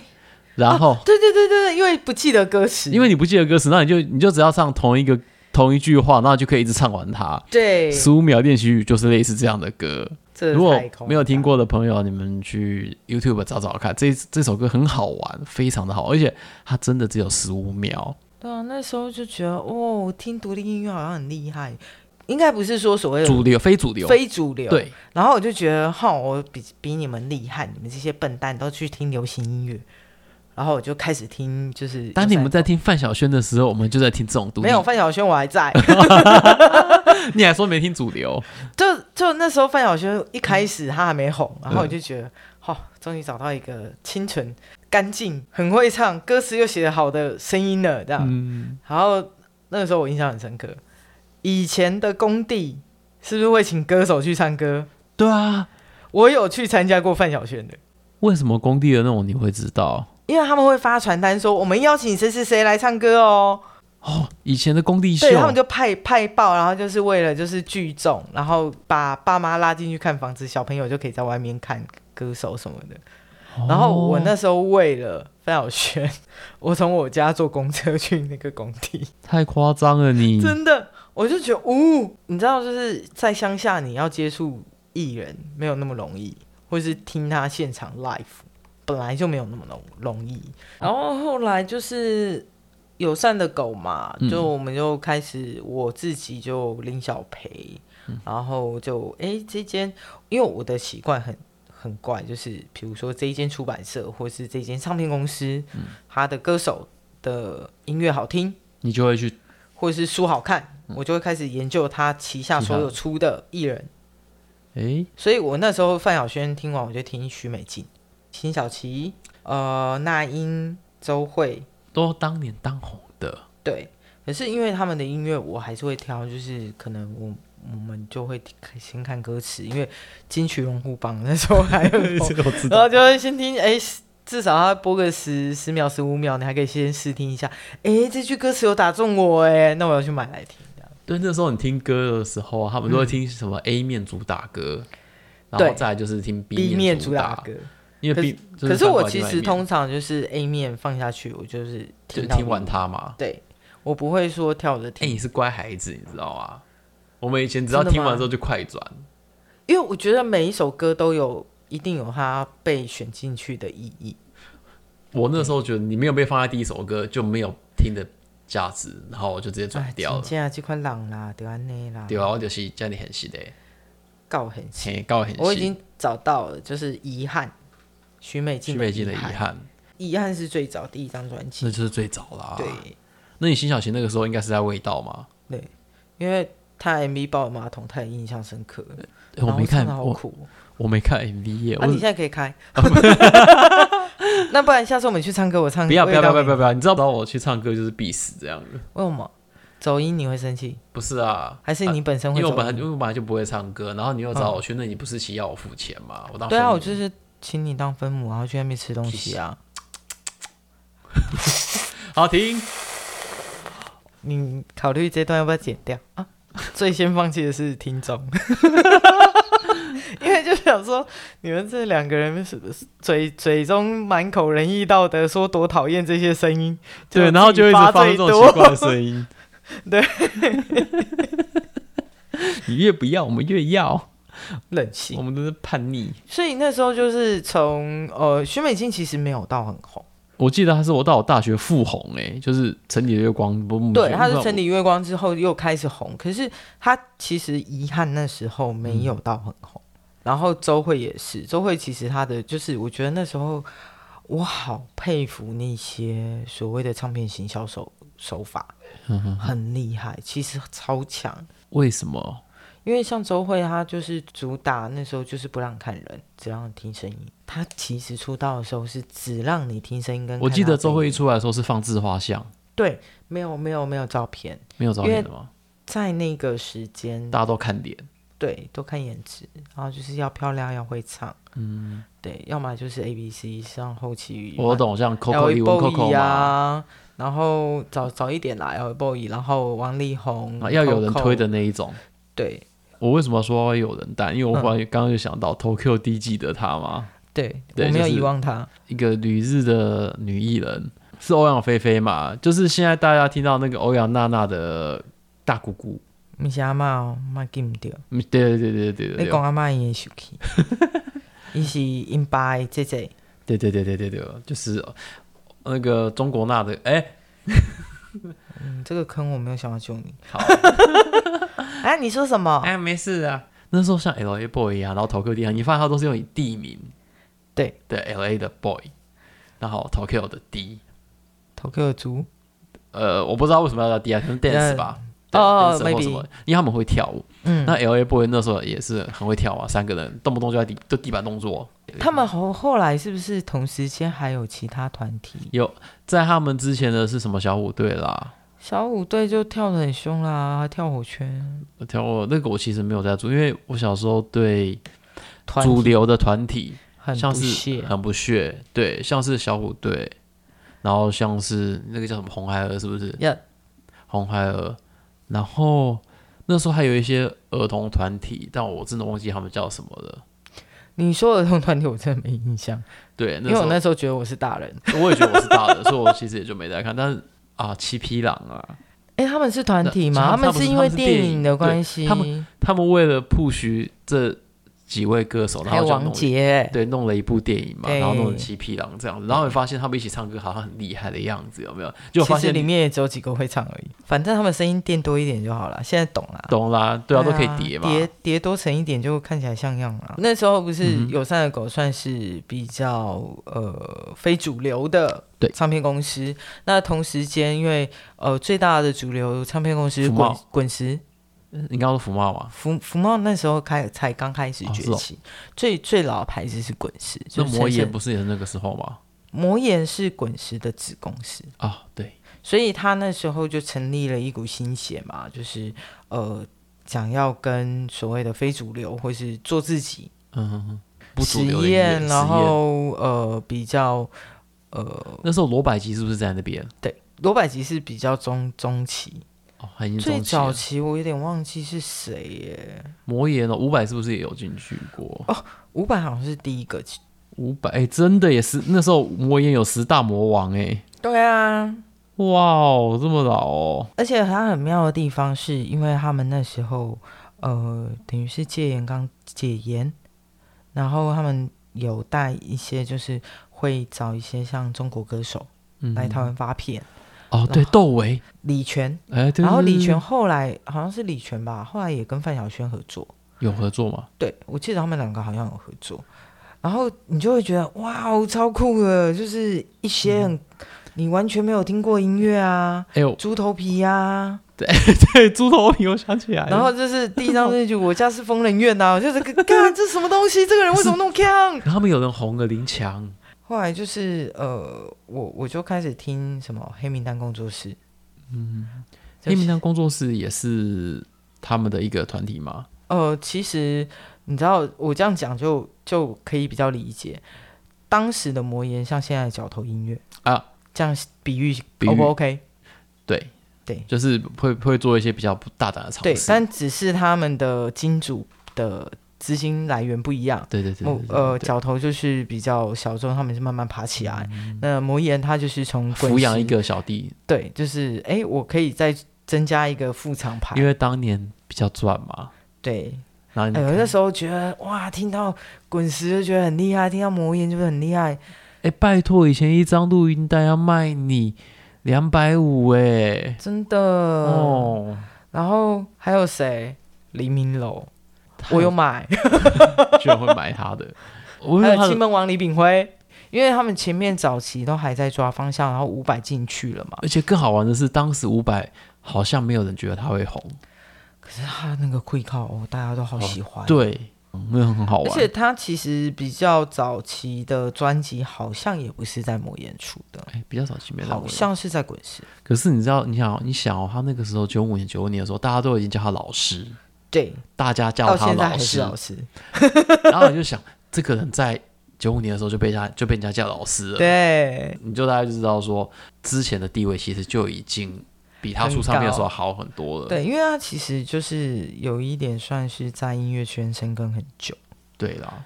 [SPEAKER 2] 然后、
[SPEAKER 1] 对对对对，因为不记得歌词，
[SPEAKER 2] 因为你不记得歌词，那你就你就只要唱同一个同一句话，那就可以一直唱完它。
[SPEAKER 1] 对，
[SPEAKER 2] 十五秒练习曲就是类似这样的歌。
[SPEAKER 1] 这
[SPEAKER 2] 如果
[SPEAKER 1] 太空了
[SPEAKER 2] 没有听，过的朋友，你们去 YouTube 找找看，这这首歌很好玩，非常的好，而且它真的只有十五秒。
[SPEAKER 1] 对啊，那时候就觉得哦，听独立音乐好像很厉害，应该不是说所谓的
[SPEAKER 2] 主流非主流，
[SPEAKER 1] 非主流，。
[SPEAKER 2] 对，
[SPEAKER 1] 然后我就觉得，哈，我比比你们厉害，你们这些笨蛋都去听流行音乐。然后我就开始听，就是
[SPEAKER 2] 当你们在听范晓萱的时候，我们就在听这种独立。
[SPEAKER 1] 没有，范晓萱，我还在。
[SPEAKER 2] 你还说没听主流？
[SPEAKER 1] 就就那时候范晓萱一开始她还没红，然后我就觉得，哦，终于找到一个清纯、干净、很会唱、歌词又写得好的声音了，这样。
[SPEAKER 2] 嗯，
[SPEAKER 1] 然后那个时候我印象很深刻，以前的工地是不是会请歌手去唱歌？
[SPEAKER 2] 对啊，
[SPEAKER 1] 我有去参加过范晓萱的，
[SPEAKER 2] 为什么工地的那种你会知道？
[SPEAKER 1] 因为他们会发传单说我们邀请谁谁谁来唱歌哦，
[SPEAKER 2] 哦，以前的工地秀
[SPEAKER 1] 对，他们就派派报，然后就是为了就是聚众，然后把爸妈拉进去看房子，小朋友就可以在外面看歌手什么的。然后我那
[SPEAKER 2] 哦
[SPEAKER 1] 时候为了范晓萱， 我从我家坐公车去那个工地，
[SPEAKER 2] 太夸张了你，
[SPEAKER 1] 真的，我就觉得，呜、你知道，就是在乡下，你要接触艺人没有那么容易，或是听他现场 live 本来就没有那么容容易。然后后来就是友善的狗嘛，
[SPEAKER 2] 嗯
[SPEAKER 1] 就我们就开始我自己就领小陪，然后就诶这间，因为我的习惯很。很怪，就是比如说这一间出版社或是这间唱片公司，他的歌手的音乐好听，
[SPEAKER 2] 你就会去
[SPEAKER 1] 或者是书好看，我就会开始研究他旗下所有出的艺人。
[SPEAKER 2] 诶，
[SPEAKER 1] 所以我那时候范晓萱听完，我就听许美静、辛晓琪、呃那英、周蕙，
[SPEAKER 2] 都当年当 红的，
[SPEAKER 1] 对。可是因为他们的音乐，我还是会挑，就是可能我我们就会先看歌词，因为金曲龙虎榜那时候还 有
[SPEAKER 2] 这个我知
[SPEAKER 1] 然
[SPEAKER 2] 道
[SPEAKER 1] 后。就会先听，哎、至少他播个十十秒、十五秒，你还可以先试听一下，哎、这句歌词有打中我、哎，那我要去买来听。这样
[SPEAKER 2] 对，那时候你听歌的时候啊，他们都会听什么 A 面主打歌，
[SPEAKER 1] 嗯
[SPEAKER 2] 然
[SPEAKER 1] 对
[SPEAKER 2] 后再来就是听
[SPEAKER 1] B 面
[SPEAKER 2] 面
[SPEAKER 1] 主打
[SPEAKER 2] 打，
[SPEAKER 1] 歌，
[SPEAKER 2] 因为
[SPEAKER 1] 可
[SPEAKER 2] B 就
[SPEAKER 1] 可是
[SPEAKER 2] 翻过
[SPEAKER 1] 我
[SPEAKER 2] 来
[SPEAKER 1] 其
[SPEAKER 2] 另外一
[SPEAKER 1] 实
[SPEAKER 2] 面
[SPEAKER 1] 通常就是 A 面放下去，我就是
[SPEAKER 2] 就
[SPEAKER 1] 听到
[SPEAKER 2] 听完它嘛。
[SPEAKER 1] 对，我不会说跳着
[SPEAKER 2] 哎、
[SPEAKER 1] 听，
[SPEAKER 2] 你是乖孩子，你知道吗？我们以前只要
[SPEAKER 1] 真的吗
[SPEAKER 2] 听完之后就快转，
[SPEAKER 1] 因为我觉得每一首歌都有一定有它被选进去的意义。
[SPEAKER 2] 我那时候觉得你没有被放在第一首歌就没有听的价值，然后我就直接转
[SPEAKER 1] 哎，
[SPEAKER 2] 掉了，
[SPEAKER 1] 真的这款人啦，就安内啦，
[SPEAKER 2] 对吧、啊我就是叫你很细的，
[SPEAKER 1] 告很细。
[SPEAKER 2] 嘿，告很细，
[SPEAKER 1] 我已经找到了，就是遗憾，许美
[SPEAKER 2] 许
[SPEAKER 1] 静
[SPEAKER 2] 美
[SPEAKER 1] 静
[SPEAKER 2] 静的
[SPEAKER 1] 遗
[SPEAKER 2] 遗，憾，
[SPEAKER 1] 遗憾是最早第一张专
[SPEAKER 2] 那
[SPEAKER 1] 辑。
[SPEAKER 2] 就是啊最早啦。
[SPEAKER 1] 对
[SPEAKER 2] 那你辛晓琪那个时候应该是在味道嘛？
[SPEAKER 1] 对，因为他 MV 抱马桶太印象深刻了，
[SPEAKER 2] 哎我
[SPEAKER 1] 然后
[SPEAKER 2] 没看，
[SPEAKER 1] 唱得好
[SPEAKER 2] 我
[SPEAKER 1] 苦哦。
[SPEAKER 2] 我没看 MV 耶，
[SPEAKER 1] 啊，你现
[SPEAKER 2] 我哦
[SPEAKER 1] 在可以 开。 那不然下次我们去唱歌，我唱
[SPEAKER 2] 不要不要不要不要不
[SPEAKER 1] 要，
[SPEAKER 2] 要不要，你知道，找我去唱歌就是必死这样的，
[SPEAKER 1] 为什么？走音你会生气，
[SPEAKER 2] 不是啊？
[SPEAKER 1] 还是你本身
[SPEAKER 2] 因
[SPEAKER 1] 会
[SPEAKER 2] 为
[SPEAKER 1] 走
[SPEAKER 2] 我本来
[SPEAKER 1] 音？
[SPEAKER 2] 因为我本来就不会唱歌，然后你又找我去，那你不是其实要我付钱吗？我当
[SPEAKER 1] 对啊，
[SPEAKER 2] 疯
[SPEAKER 1] 我
[SPEAKER 2] 子
[SPEAKER 1] 就是请你当分母，然后去那边吃东西啊。
[SPEAKER 2] 好 停。
[SPEAKER 1] 你考虑这段要不要剪掉啊？ 最先放弃的是听 众，因为就想说你们这两个人是嘴嘴中满口仁义道德，说多讨厌这些声音，
[SPEAKER 2] 对，
[SPEAKER 1] 结果
[SPEAKER 2] 然后
[SPEAKER 1] 自己
[SPEAKER 2] 就一直
[SPEAKER 1] 发
[SPEAKER 2] 发
[SPEAKER 1] 最
[SPEAKER 2] 这种
[SPEAKER 1] 多。
[SPEAKER 2] 奇怪的声音
[SPEAKER 1] 对，
[SPEAKER 2] 你越不要，我们越要，
[SPEAKER 1] 任性
[SPEAKER 2] 我。们都是叛逆。
[SPEAKER 1] 所以那时候就是从呃，徐美静其实没有到很红，
[SPEAKER 2] 我记得他是我到我大学复红哎、就是《城里的月光》不，不
[SPEAKER 1] 对，她是《城
[SPEAKER 2] 里。
[SPEAKER 1] 里月光》之后又开始红，可是她其实遗憾那时候没有到很红。然后周慧也是，周慧其实她的就是，我觉得那时候我好佩服那些所谓的唱片行销手手法，很厉害，其实超强。
[SPEAKER 2] 嗯为什么？
[SPEAKER 1] 因为像周慧，她就是主打那时候就是不让看人，只让听声音。她其实出道的时候是只让你听声音跟
[SPEAKER 2] 我
[SPEAKER 1] 看
[SPEAKER 2] 记
[SPEAKER 1] 她
[SPEAKER 2] 得
[SPEAKER 1] 的
[SPEAKER 2] 周慧一
[SPEAKER 1] 音
[SPEAKER 2] 出来的时候是放自画像，
[SPEAKER 1] 对，没有没有没有照片，
[SPEAKER 2] 没有照片的吗？
[SPEAKER 1] 在那个时间
[SPEAKER 2] 大家都看脸，
[SPEAKER 1] 对，都看颜值，然后就是要漂亮，要会唱，嗯，对，要么就是 A B C，像后期
[SPEAKER 2] 我懂，像 Coco
[SPEAKER 1] L
[SPEAKER 2] 李
[SPEAKER 1] A
[SPEAKER 2] 玟 Coco
[SPEAKER 1] Boy
[SPEAKER 2] 嘛，
[SPEAKER 1] 啊，然后早早一点来 L A Boy，然后王力宏
[SPEAKER 2] 啊，要有人
[SPEAKER 1] Coco，
[SPEAKER 2] 推的那一种。
[SPEAKER 1] 对
[SPEAKER 2] 我为什么说要有人带？
[SPEAKER 1] 嗯
[SPEAKER 2] 因为我忽然刚刚就想到 Tokyo 第一季的他嘛，
[SPEAKER 1] 对，
[SPEAKER 2] 对
[SPEAKER 1] 我没有
[SPEAKER 2] 就是
[SPEAKER 1] 遗忘他，
[SPEAKER 2] 一个旅日的女艺人，是欧阳菲菲嘛？就是现在大家听到那个欧阳娜娜的大姑姑，
[SPEAKER 1] 米是阿嬷哦，妈记唔掉，
[SPEAKER 2] 嗯，对对对对对
[SPEAKER 1] 你
[SPEAKER 2] 对
[SPEAKER 1] 讲阿嬷伊会生气，伊是因爸的姐姐，
[SPEAKER 2] 对对对对对对，就是那个中国娜的，哎，
[SPEAKER 1] 嗯，这个坑我没有想要救你，
[SPEAKER 2] 好，
[SPEAKER 1] 哎，你说什么？
[SPEAKER 2] 哎，没事啊。那时候像 L A Boy 啊，然后 Tokyo 地啊，你发现他都是用以地名
[SPEAKER 1] 对
[SPEAKER 2] 对 L A 的 Boy，然后 Tokyo 的 D，
[SPEAKER 1] 头给我猪，
[SPEAKER 2] 呃，我不知道为什么要叫 D 啊，可能 dance 吧。
[SPEAKER 1] 呃
[SPEAKER 2] 对
[SPEAKER 1] 哦
[SPEAKER 2] dance 或什么，因为他们会跳舞。
[SPEAKER 1] 嗯
[SPEAKER 2] 那，L A Boy 那时候也是很会跳啊，三个人动不动就在地就地板动作。
[SPEAKER 1] 他们后后来是不是同时间还有其他团体？
[SPEAKER 2] 有在他们之前的是什么小虎队啦？
[SPEAKER 1] 小虎队就跳的很凶啦，跳火圈，
[SPEAKER 2] 我跳过那个我其实没有在做，因为我小时候对
[SPEAKER 1] 团
[SPEAKER 2] 主
[SPEAKER 1] 体
[SPEAKER 2] 流的团体
[SPEAKER 1] 很
[SPEAKER 2] 像
[SPEAKER 1] 不
[SPEAKER 2] 是
[SPEAKER 1] 屑，
[SPEAKER 2] 很不屑，对，像是小虎队，然后像是那个叫什么红孩儿，是不是？
[SPEAKER 1] 呀
[SPEAKER 2] 红孩儿，然后那时候还有一些儿童团体，但我真的忘记他们叫什么了。
[SPEAKER 1] 你说儿童团体，我真的没印象，
[SPEAKER 2] 对，
[SPEAKER 1] 因为
[SPEAKER 2] 那时
[SPEAKER 1] 我
[SPEAKER 2] 候
[SPEAKER 1] 那时候觉得我是大人。
[SPEAKER 2] 我也觉得我是大人，所以我其实也就没在看。但是啊，七匹狼啊，
[SPEAKER 1] 哎、他们是团体吗？
[SPEAKER 2] 他们
[SPEAKER 1] 们
[SPEAKER 2] 他们是
[SPEAKER 1] 因为
[SPEAKER 2] 电影
[SPEAKER 1] 影的关系，
[SPEAKER 2] 对他们他们为了 push 这几位歌手，哦然
[SPEAKER 1] 还有
[SPEAKER 2] 后就
[SPEAKER 1] 王
[SPEAKER 2] 弄
[SPEAKER 1] 杰，
[SPEAKER 2] 对，弄了一部电影嘛，
[SPEAKER 1] 对
[SPEAKER 2] 然后弄了七匹狼这样子，然后你发现他们一起唱歌好像很厉害的样子，有没有？就
[SPEAKER 1] 其
[SPEAKER 2] 发
[SPEAKER 1] 实
[SPEAKER 2] 现
[SPEAKER 1] 里面也只有几个会唱而已。反正他们声音垫多一点就好了，现在懂了。
[SPEAKER 2] 懂啦，对啊，都可以叠嘛，
[SPEAKER 1] 哎叠叠多层一点就看起来像样了。嗯那时候不是友善的狗算是比较、呃非主流的
[SPEAKER 2] 对
[SPEAKER 1] 唱片公司，那同时间因为呃最大的主流唱片公司
[SPEAKER 2] 福
[SPEAKER 1] 滚
[SPEAKER 2] 茂
[SPEAKER 1] 滚石
[SPEAKER 2] 你刚刚说福茂嘛，
[SPEAKER 1] 福福茂那时候开才刚开始
[SPEAKER 2] 哦
[SPEAKER 1] 崛
[SPEAKER 2] 是哦
[SPEAKER 1] 起，最最老的牌子是滚石，
[SPEAKER 2] 那
[SPEAKER 1] 就是
[SPEAKER 2] 魔岩
[SPEAKER 1] 陈胜
[SPEAKER 2] 不是也是那个时候吗？
[SPEAKER 1] 魔岩是滚石的子公司，
[SPEAKER 2] 啊，对，
[SPEAKER 1] 所以他那时候就成立了一股新血嘛，就是呃想要跟所谓的非主流或是做自己
[SPEAKER 2] 嗯，不主
[SPEAKER 1] 实
[SPEAKER 2] 流的音乐
[SPEAKER 1] 验，
[SPEAKER 2] 实
[SPEAKER 1] 然
[SPEAKER 2] 验
[SPEAKER 1] 后呃比较呃
[SPEAKER 2] 那时候罗百吉是不是在那边？
[SPEAKER 1] 罗百吉是比较中中期，
[SPEAKER 2] 哦，他已经
[SPEAKER 1] 最
[SPEAKER 2] 中期
[SPEAKER 1] 早
[SPEAKER 2] 了。
[SPEAKER 1] 期我有点忘记是谁耶，
[SPEAKER 2] 魔岩哦，伍佰是不是也有进去过？
[SPEAKER 1] 伍佰好像是第一个起，
[SPEAKER 2] 伍佰哎，真的也是那时候魔岩有十大魔王哎、
[SPEAKER 1] 对啊，
[SPEAKER 2] 哇哦，这么老哦，
[SPEAKER 1] 而且它很妙的地方是因为他们那时候呃等于是戒严刚解严，然后他们有带一些就是会找一些像中国歌手
[SPEAKER 2] 嗯
[SPEAKER 1] 来台湾发片，
[SPEAKER 2] 哦，对，窦唯
[SPEAKER 1] 李泉，
[SPEAKER 2] 哎，对
[SPEAKER 1] 然后
[SPEAKER 2] 对对
[SPEAKER 1] 李
[SPEAKER 2] 对
[SPEAKER 1] 泉后来好像是李泉吧，后来也跟范晓萱合作，
[SPEAKER 2] 有合作吗？
[SPEAKER 1] 对我记得他们两个好像有合作，然后你就会觉得哇哦超酷的，就是一些
[SPEAKER 2] 嗯
[SPEAKER 1] 很、你完全没有听过音乐啊，
[SPEAKER 2] 哎呦，
[SPEAKER 1] 猪头皮啊，
[SPEAKER 2] 对，猪头皮，我想起来了。
[SPEAKER 1] 然后就是第一张专辑《我家是疯人院》呐， 我就是看这什么东西，这个人为什么那么强？
[SPEAKER 2] 然后他们有人红了林强，
[SPEAKER 1] 后来就是呃，我我就开始听什么黑名单工作室，就是
[SPEAKER 2] 嗯黑名单工作室也是他们的一个团体吗？
[SPEAKER 1] 呃，其实你知道我这样讲就就可以比较理解，当时的魔岩像现在的角头音乐
[SPEAKER 2] 啊，
[SPEAKER 1] 这样比喻
[SPEAKER 2] 比
[SPEAKER 1] O 不
[SPEAKER 2] 喻
[SPEAKER 1] OK？
[SPEAKER 2] 对，
[SPEAKER 1] 对
[SPEAKER 2] 就是会会做一些比较不大胆的尝试。
[SPEAKER 1] 对，但只是他们的金主的资金来源不一样。
[SPEAKER 2] 对对对
[SPEAKER 1] 某
[SPEAKER 2] 对对
[SPEAKER 1] 呃
[SPEAKER 2] 对
[SPEAKER 1] 角头就是比较小众，他们是慢慢爬起来。那魔岩他就是从滚
[SPEAKER 2] 嗯抚养
[SPEAKER 1] 石
[SPEAKER 2] 一个小弟，
[SPEAKER 1] 对，就是哎、诶我可以再增加一个副厂牌
[SPEAKER 2] 因，为当年比较赚嘛，
[SPEAKER 1] 对，
[SPEAKER 2] 然
[SPEAKER 1] 哎、
[SPEAKER 2] 后你
[SPEAKER 1] 我
[SPEAKER 2] 看
[SPEAKER 1] 那时候觉得哇，听到滚石就觉得很厉害，听到魔岩就是很厉害，
[SPEAKER 2] 哎，拜托，以前一张录音带要卖你两百五哎，
[SPEAKER 1] 真的。
[SPEAKER 2] 哦，
[SPEAKER 1] 然后还有谁？黎明楼，
[SPEAKER 2] 他
[SPEAKER 1] 我有买，
[SPEAKER 2] 居然会买 他的，我
[SPEAKER 1] 还
[SPEAKER 2] 有他
[SPEAKER 1] 有金
[SPEAKER 2] 的，
[SPEAKER 1] 门王李炳辉，因为他们前面早期都还在抓方向，然后五百进去了嘛，
[SPEAKER 2] 而且更好玩的是，当时伍佰好像没有人觉得他会红，
[SPEAKER 1] 可是哎他那个会靠哦，大家都好喜欢。
[SPEAKER 2] 对，嗯那很好玩，
[SPEAKER 1] 而且他其实比较早期的专辑好像也不是在魔岩出的，
[SPEAKER 2] 哎，比较早期没到
[SPEAKER 1] 好像是在滚石。
[SPEAKER 2] 可是你知道，你想哦，你想哦，他那个时候九五年、九六年的时候，大家都已经叫他老师，
[SPEAKER 1] 对，
[SPEAKER 2] 大家叫
[SPEAKER 1] 到
[SPEAKER 2] 他
[SPEAKER 1] 哦现在
[SPEAKER 2] 老
[SPEAKER 1] 还
[SPEAKER 2] 师，
[SPEAKER 1] 是哦老师。
[SPEAKER 2] 然后你就想，这个人在九五年的时候就被他就被人家叫老师了，，
[SPEAKER 1] 对，
[SPEAKER 2] 你就大概就知道说，之前的地位其实就已经比他出唱片的时候好很多了。
[SPEAKER 1] 对，因为他其实就是有一点算是在音乐圈深耕很久，
[SPEAKER 2] 对啦，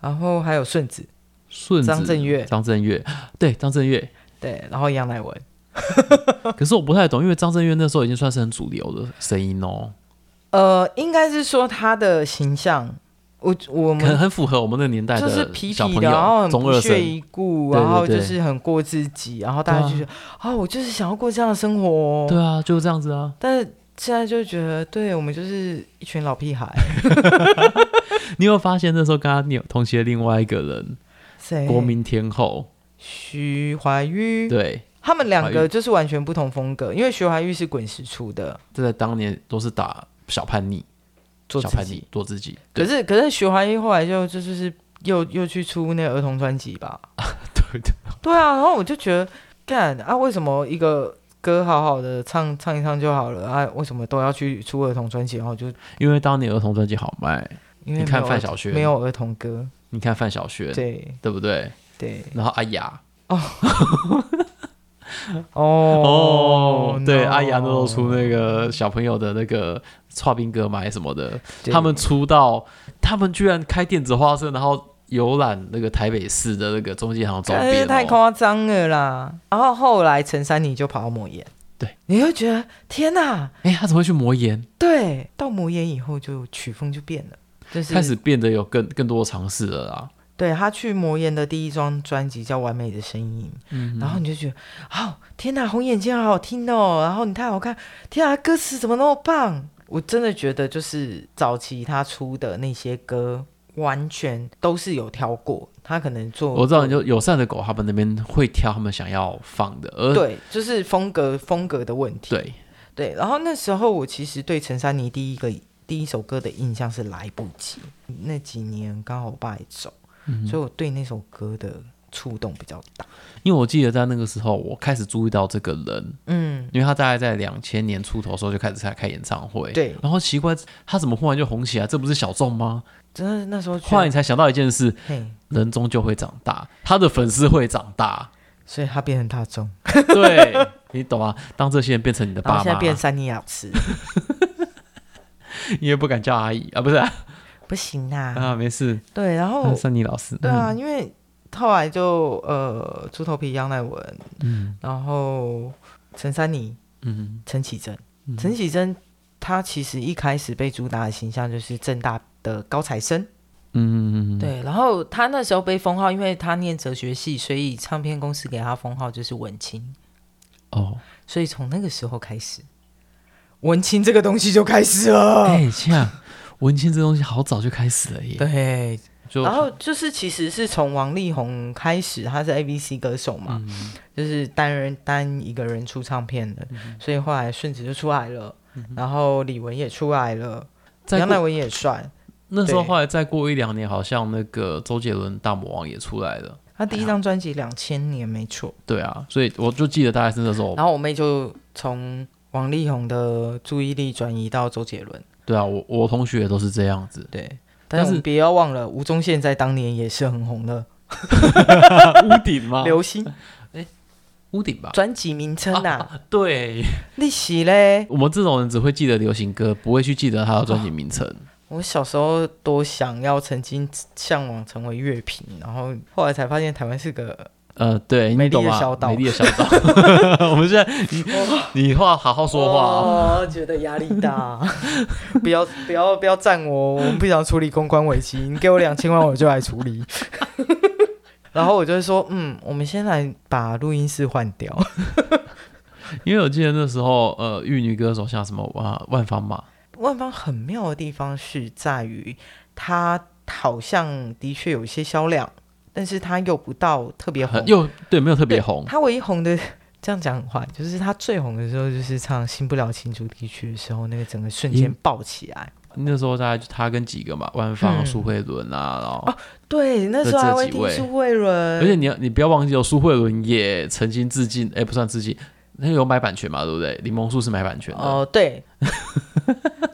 [SPEAKER 1] 然后还有顺子，
[SPEAKER 2] 顺子
[SPEAKER 1] 张震岳
[SPEAKER 2] 张震岳，对张 震岳。
[SPEAKER 1] 对，然后杨乃文，
[SPEAKER 2] 可是我不太懂，因为张震岳那时候已经算是很主流的声音哦，
[SPEAKER 1] 呃，应该是说他的形象，我我
[SPEAKER 2] 可能
[SPEAKER 1] 们
[SPEAKER 2] 很符合我们那个年代
[SPEAKER 1] 就是
[SPEAKER 2] 的
[SPEAKER 1] 痞
[SPEAKER 2] 小
[SPEAKER 1] 痞
[SPEAKER 2] 朋
[SPEAKER 1] 的，然后
[SPEAKER 2] 友，
[SPEAKER 1] 很
[SPEAKER 2] 中
[SPEAKER 1] 不
[SPEAKER 2] 二
[SPEAKER 1] 屑
[SPEAKER 2] 生。
[SPEAKER 1] 一顾，
[SPEAKER 2] 对对
[SPEAKER 1] 然后就
[SPEAKER 2] 对
[SPEAKER 1] 是很过自己，然后大
[SPEAKER 2] 对
[SPEAKER 1] 家
[SPEAKER 2] 啊
[SPEAKER 1] 就觉得啊，我就是想要过这样的生活哦。
[SPEAKER 2] 对啊，就是这样子啊。
[SPEAKER 1] 但是现在就觉得，对我们就是一群老屁孩，
[SPEAKER 2] 你有发现那时候跟他你有同期的另外一个人，
[SPEAKER 1] 谁？
[SPEAKER 2] 国民天后，
[SPEAKER 1] 徐怀钰，
[SPEAKER 2] 对，
[SPEAKER 1] 他们两
[SPEAKER 2] 怀
[SPEAKER 1] 个就是完全不同风格，因为徐怀钰是滚石出的，
[SPEAKER 2] 这在当年都是打小叛逆，
[SPEAKER 1] 做
[SPEAKER 2] 小
[SPEAKER 1] 自
[SPEAKER 2] 叛
[SPEAKER 1] 己
[SPEAKER 2] 逆，。做自己。
[SPEAKER 1] 可
[SPEAKER 2] 对
[SPEAKER 1] 是可是徐怀钰后来就就就是又又去出那个儿童专辑吧？
[SPEAKER 2] 对对，
[SPEAKER 1] 对啊，然后我就觉得，干啊，为什么一个歌好好的唱唱一唱就好了啊，为什么都要去出儿童专辑？然后就
[SPEAKER 2] 因为当年儿童专辑好卖，
[SPEAKER 1] 因为
[SPEAKER 2] 你看
[SPEAKER 1] 没有
[SPEAKER 2] 范
[SPEAKER 1] 儿
[SPEAKER 2] 晓萱
[SPEAKER 1] 没有儿童歌，
[SPEAKER 2] 你看范晓萱，
[SPEAKER 1] 对
[SPEAKER 2] 对不对？
[SPEAKER 1] 对
[SPEAKER 2] 然后阿雅，
[SPEAKER 1] 哦
[SPEAKER 2] 哦，对，阿雅
[SPEAKER 1] 阳
[SPEAKER 2] 那时候出那个小朋友的那个刨冰歌嘛，还是什么的，
[SPEAKER 1] 对
[SPEAKER 2] 他们出道，他们居然开电子花车，然后游览那个台北市的那个中间行周
[SPEAKER 1] 但是
[SPEAKER 2] 边、
[SPEAKER 1] 哎太
[SPEAKER 2] 哦，
[SPEAKER 1] 夸张了啦。然后后来陈珊妮就跑到魔岩，
[SPEAKER 2] 对，
[SPEAKER 1] 你会觉得天哪、
[SPEAKER 2] 哎、他怎么会去魔岩？
[SPEAKER 1] 对，到魔岩以后就曲风就变了，就是
[SPEAKER 2] 开始变得有更更多的尝试了啦。
[SPEAKER 1] 对他去魔岩的第一张专辑叫《完美的声音》，
[SPEAKER 2] 嗯，
[SPEAKER 1] 然后你就觉得，哦，天哪，红眼睛好好听哦，然后你太好看，天哪，歌词怎么那么棒？我真的觉得就是早期他出的那些歌，完全都是有挑过，他可能做
[SPEAKER 2] 我知道，就友善的狗，他们那边会挑他们想要放的，而
[SPEAKER 1] 对，就是风格风格的问题。
[SPEAKER 2] 对
[SPEAKER 1] 对，然后那时候我其实对陈珊妮第一个第一首歌的印象是《来不及》，那几年刚好我爸也走，
[SPEAKER 2] 嗯
[SPEAKER 1] 所以我对那首歌的触动比较大。
[SPEAKER 2] 因为我记得在那个时候，我开始注意到这个人，
[SPEAKER 1] 嗯，
[SPEAKER 2] 因为他大概在两千年出头的时候就开始开开演唱会，
[SPEAKER 1] 对
[SPEAKER 2] 然后奇怪，他怎么忽然就红起来？这不是小众吗？
[SPEAKER 1] 真的那时候觉
[SPEAKER 2] 后来
[SPEAKER 1] 得，
[SPEAKER 2] 你才想到一件事：
[SPEAKER 1] 嘿，
[SPEAKER 2] 人终究会长大，他的粉丝会长 大。
[SPEAKER 1] 所以他变成大众，
[SPEAKER 2] 对，你懂吗？当这些人变成你的
[SPEAKER 1] 然后
[SPEAKER 2] 爸
[SPEAKER 1] 现在
[SPEAKER 2] 妈，
[SPEAKER 1] 变珊妮老师，
[SPEAKER 2] 你也不敢叫阿姨啊，不是啊，
[SPEAKER 1] 不行啊。
[SPEAKER 2] 啊没事，
[SPEAKER 1] 对，然后、
[SPEAKER 2] 那是你老师。
[SPEAKER 1] 哦对啊，因为后来就呃，猪头皮杨乃文，
[SPEAKER 2] 嗯，
[SPEAKER 1] 然后陈珊妮、
[SPEAKER 2] 嗯
[SPEAKER 1] 陈绮贞，
[SPEAKER 2] 嗯
[SPEAKER 1] 陈绮贞她其实一开始被主打的形象就是正大的高材生。
[SPEAKER 2] 嗯嗯嗯，嗯，
[SPEAKER 1] 对，然后他那时候被封号，因为他念哲学系，所以唱片公司给他封号就是文青，
[SPEAKER 2] 哦，
[SPEAKER 1] 所以从那个时候开始，文青这个东西就开始了。
[SPEAKER 2] 哎，这样文青这东西好早就开始了耶，
[SPEAKER 1] 对，
[SPEAKER 2] 就
[SPEAKER 1] 然后就是其实是从王力宏开始，他是 A B C 歌手嘛，
[SPEAKER 2] 嗯
[SPEAKER 1] 就是单人单一个人出唱片的，所以后来顺子就出来了，然后李玟也出来了，
[SPEAKER 2] 嗯再
[SPEAKER 1] 杨乃
[SPEAKER 2] 过
[SPEAKER 1] 文也帅，
[SPEAKER 2] 那时候
[SPEAKER 1] 对
[SPEAKER 2] 后来再过一两年，好像那个周杰伦大魔王也出来了。
[SPEAKER 1] 他第一张专辑两千年没错。
[SPEAKER 2] 对啊，所以我就记得大概是那时候，
[SPEAKER 1] 然后我妹就从王力宏的注意力转移到周杰伦，。
[SPEAKER 2] 对啊，我我同学也都是这样子
[SPEAKER 1] 对。
[SPEAKER 2] 但
[SPEAKER 1] 但是
[SPEAKER 2] 是
[SPEAKER 1] 不要忘了，吴宗宪在当年也是很红的
[SPEAKER 2] 屋顶吗
[SPEAKER 1] 流星
[SPEAKER 2] 屋顶吧。
[SPEAKER 1] 专辑名称啊，
[SPEAKER 2] 对，
[SPEAKER 1] 历史嘞。
[SPEAKER 2] 我们这种人只会记得流行歌，不会去记得他的专辑名称。
[SPEAKER 1] 我小时候多想要曾经向往成为乐评，然后后来才发现台湾是个
[SPEAKER 2] 呃，对，
[SPEAKER 1] 美丽的
[SPEAKER 2] 你懂吗？
[SPEAKER 1] 小岛
[SPEAKER 2] 美丽的小岛。 我们现在你你话好好说话。
[SPEAKER 1] 哦，觉得压力大。 不要不要不要赞我，我们不想处理公关危机，你给我两千万我就来处 理。然后我就会说，嗯，我们先来把录音室换掉。
[SPEAKER 2] 因为我记得那时候，呃，玉女歌手像什么啊，万芳嘛，
[SPEAKER 1] 万芳很妙的地方是在于，它好像的确有一些销量，但是它又不到特别红
[SPEAKER 2] 很。又对，没有特别
[SPEAKER 1] 对
[SPEAKER 2] 红。
[SPEAKER 1] 它唯一红的， 这样讲很坏，就是它最红的时候，就是唱《新不了情主题曲》的时候，那个整个瞬间
[SPEAKER 2] 嗯
[SPEAKER 1] 爆起来。那
[SPEAKER 2] 那时候大概就他跟几个嘛，万芳、
[SPEAKER 1] 嗯哦
[SPEAKER 2] 苏慧伦啊，然后，
[SPEAKER 1] 对，那时候
[SPEAKER 2] 这
[SPEAKER 1] 还会
[SPEAKER 2] 几
[SPEAKER 1] 听
[SPEAKER 2] 位
[SPEAKER 1] 苏慧伦，
[SPEAKER 2] 而且你要你不要忘记哦，苏慧伦也曾经致敬，哎，不算致敬，那有买版权嘛，对不对？柠檬树是买版权的。
[SPEAKER 1] 哦， 对，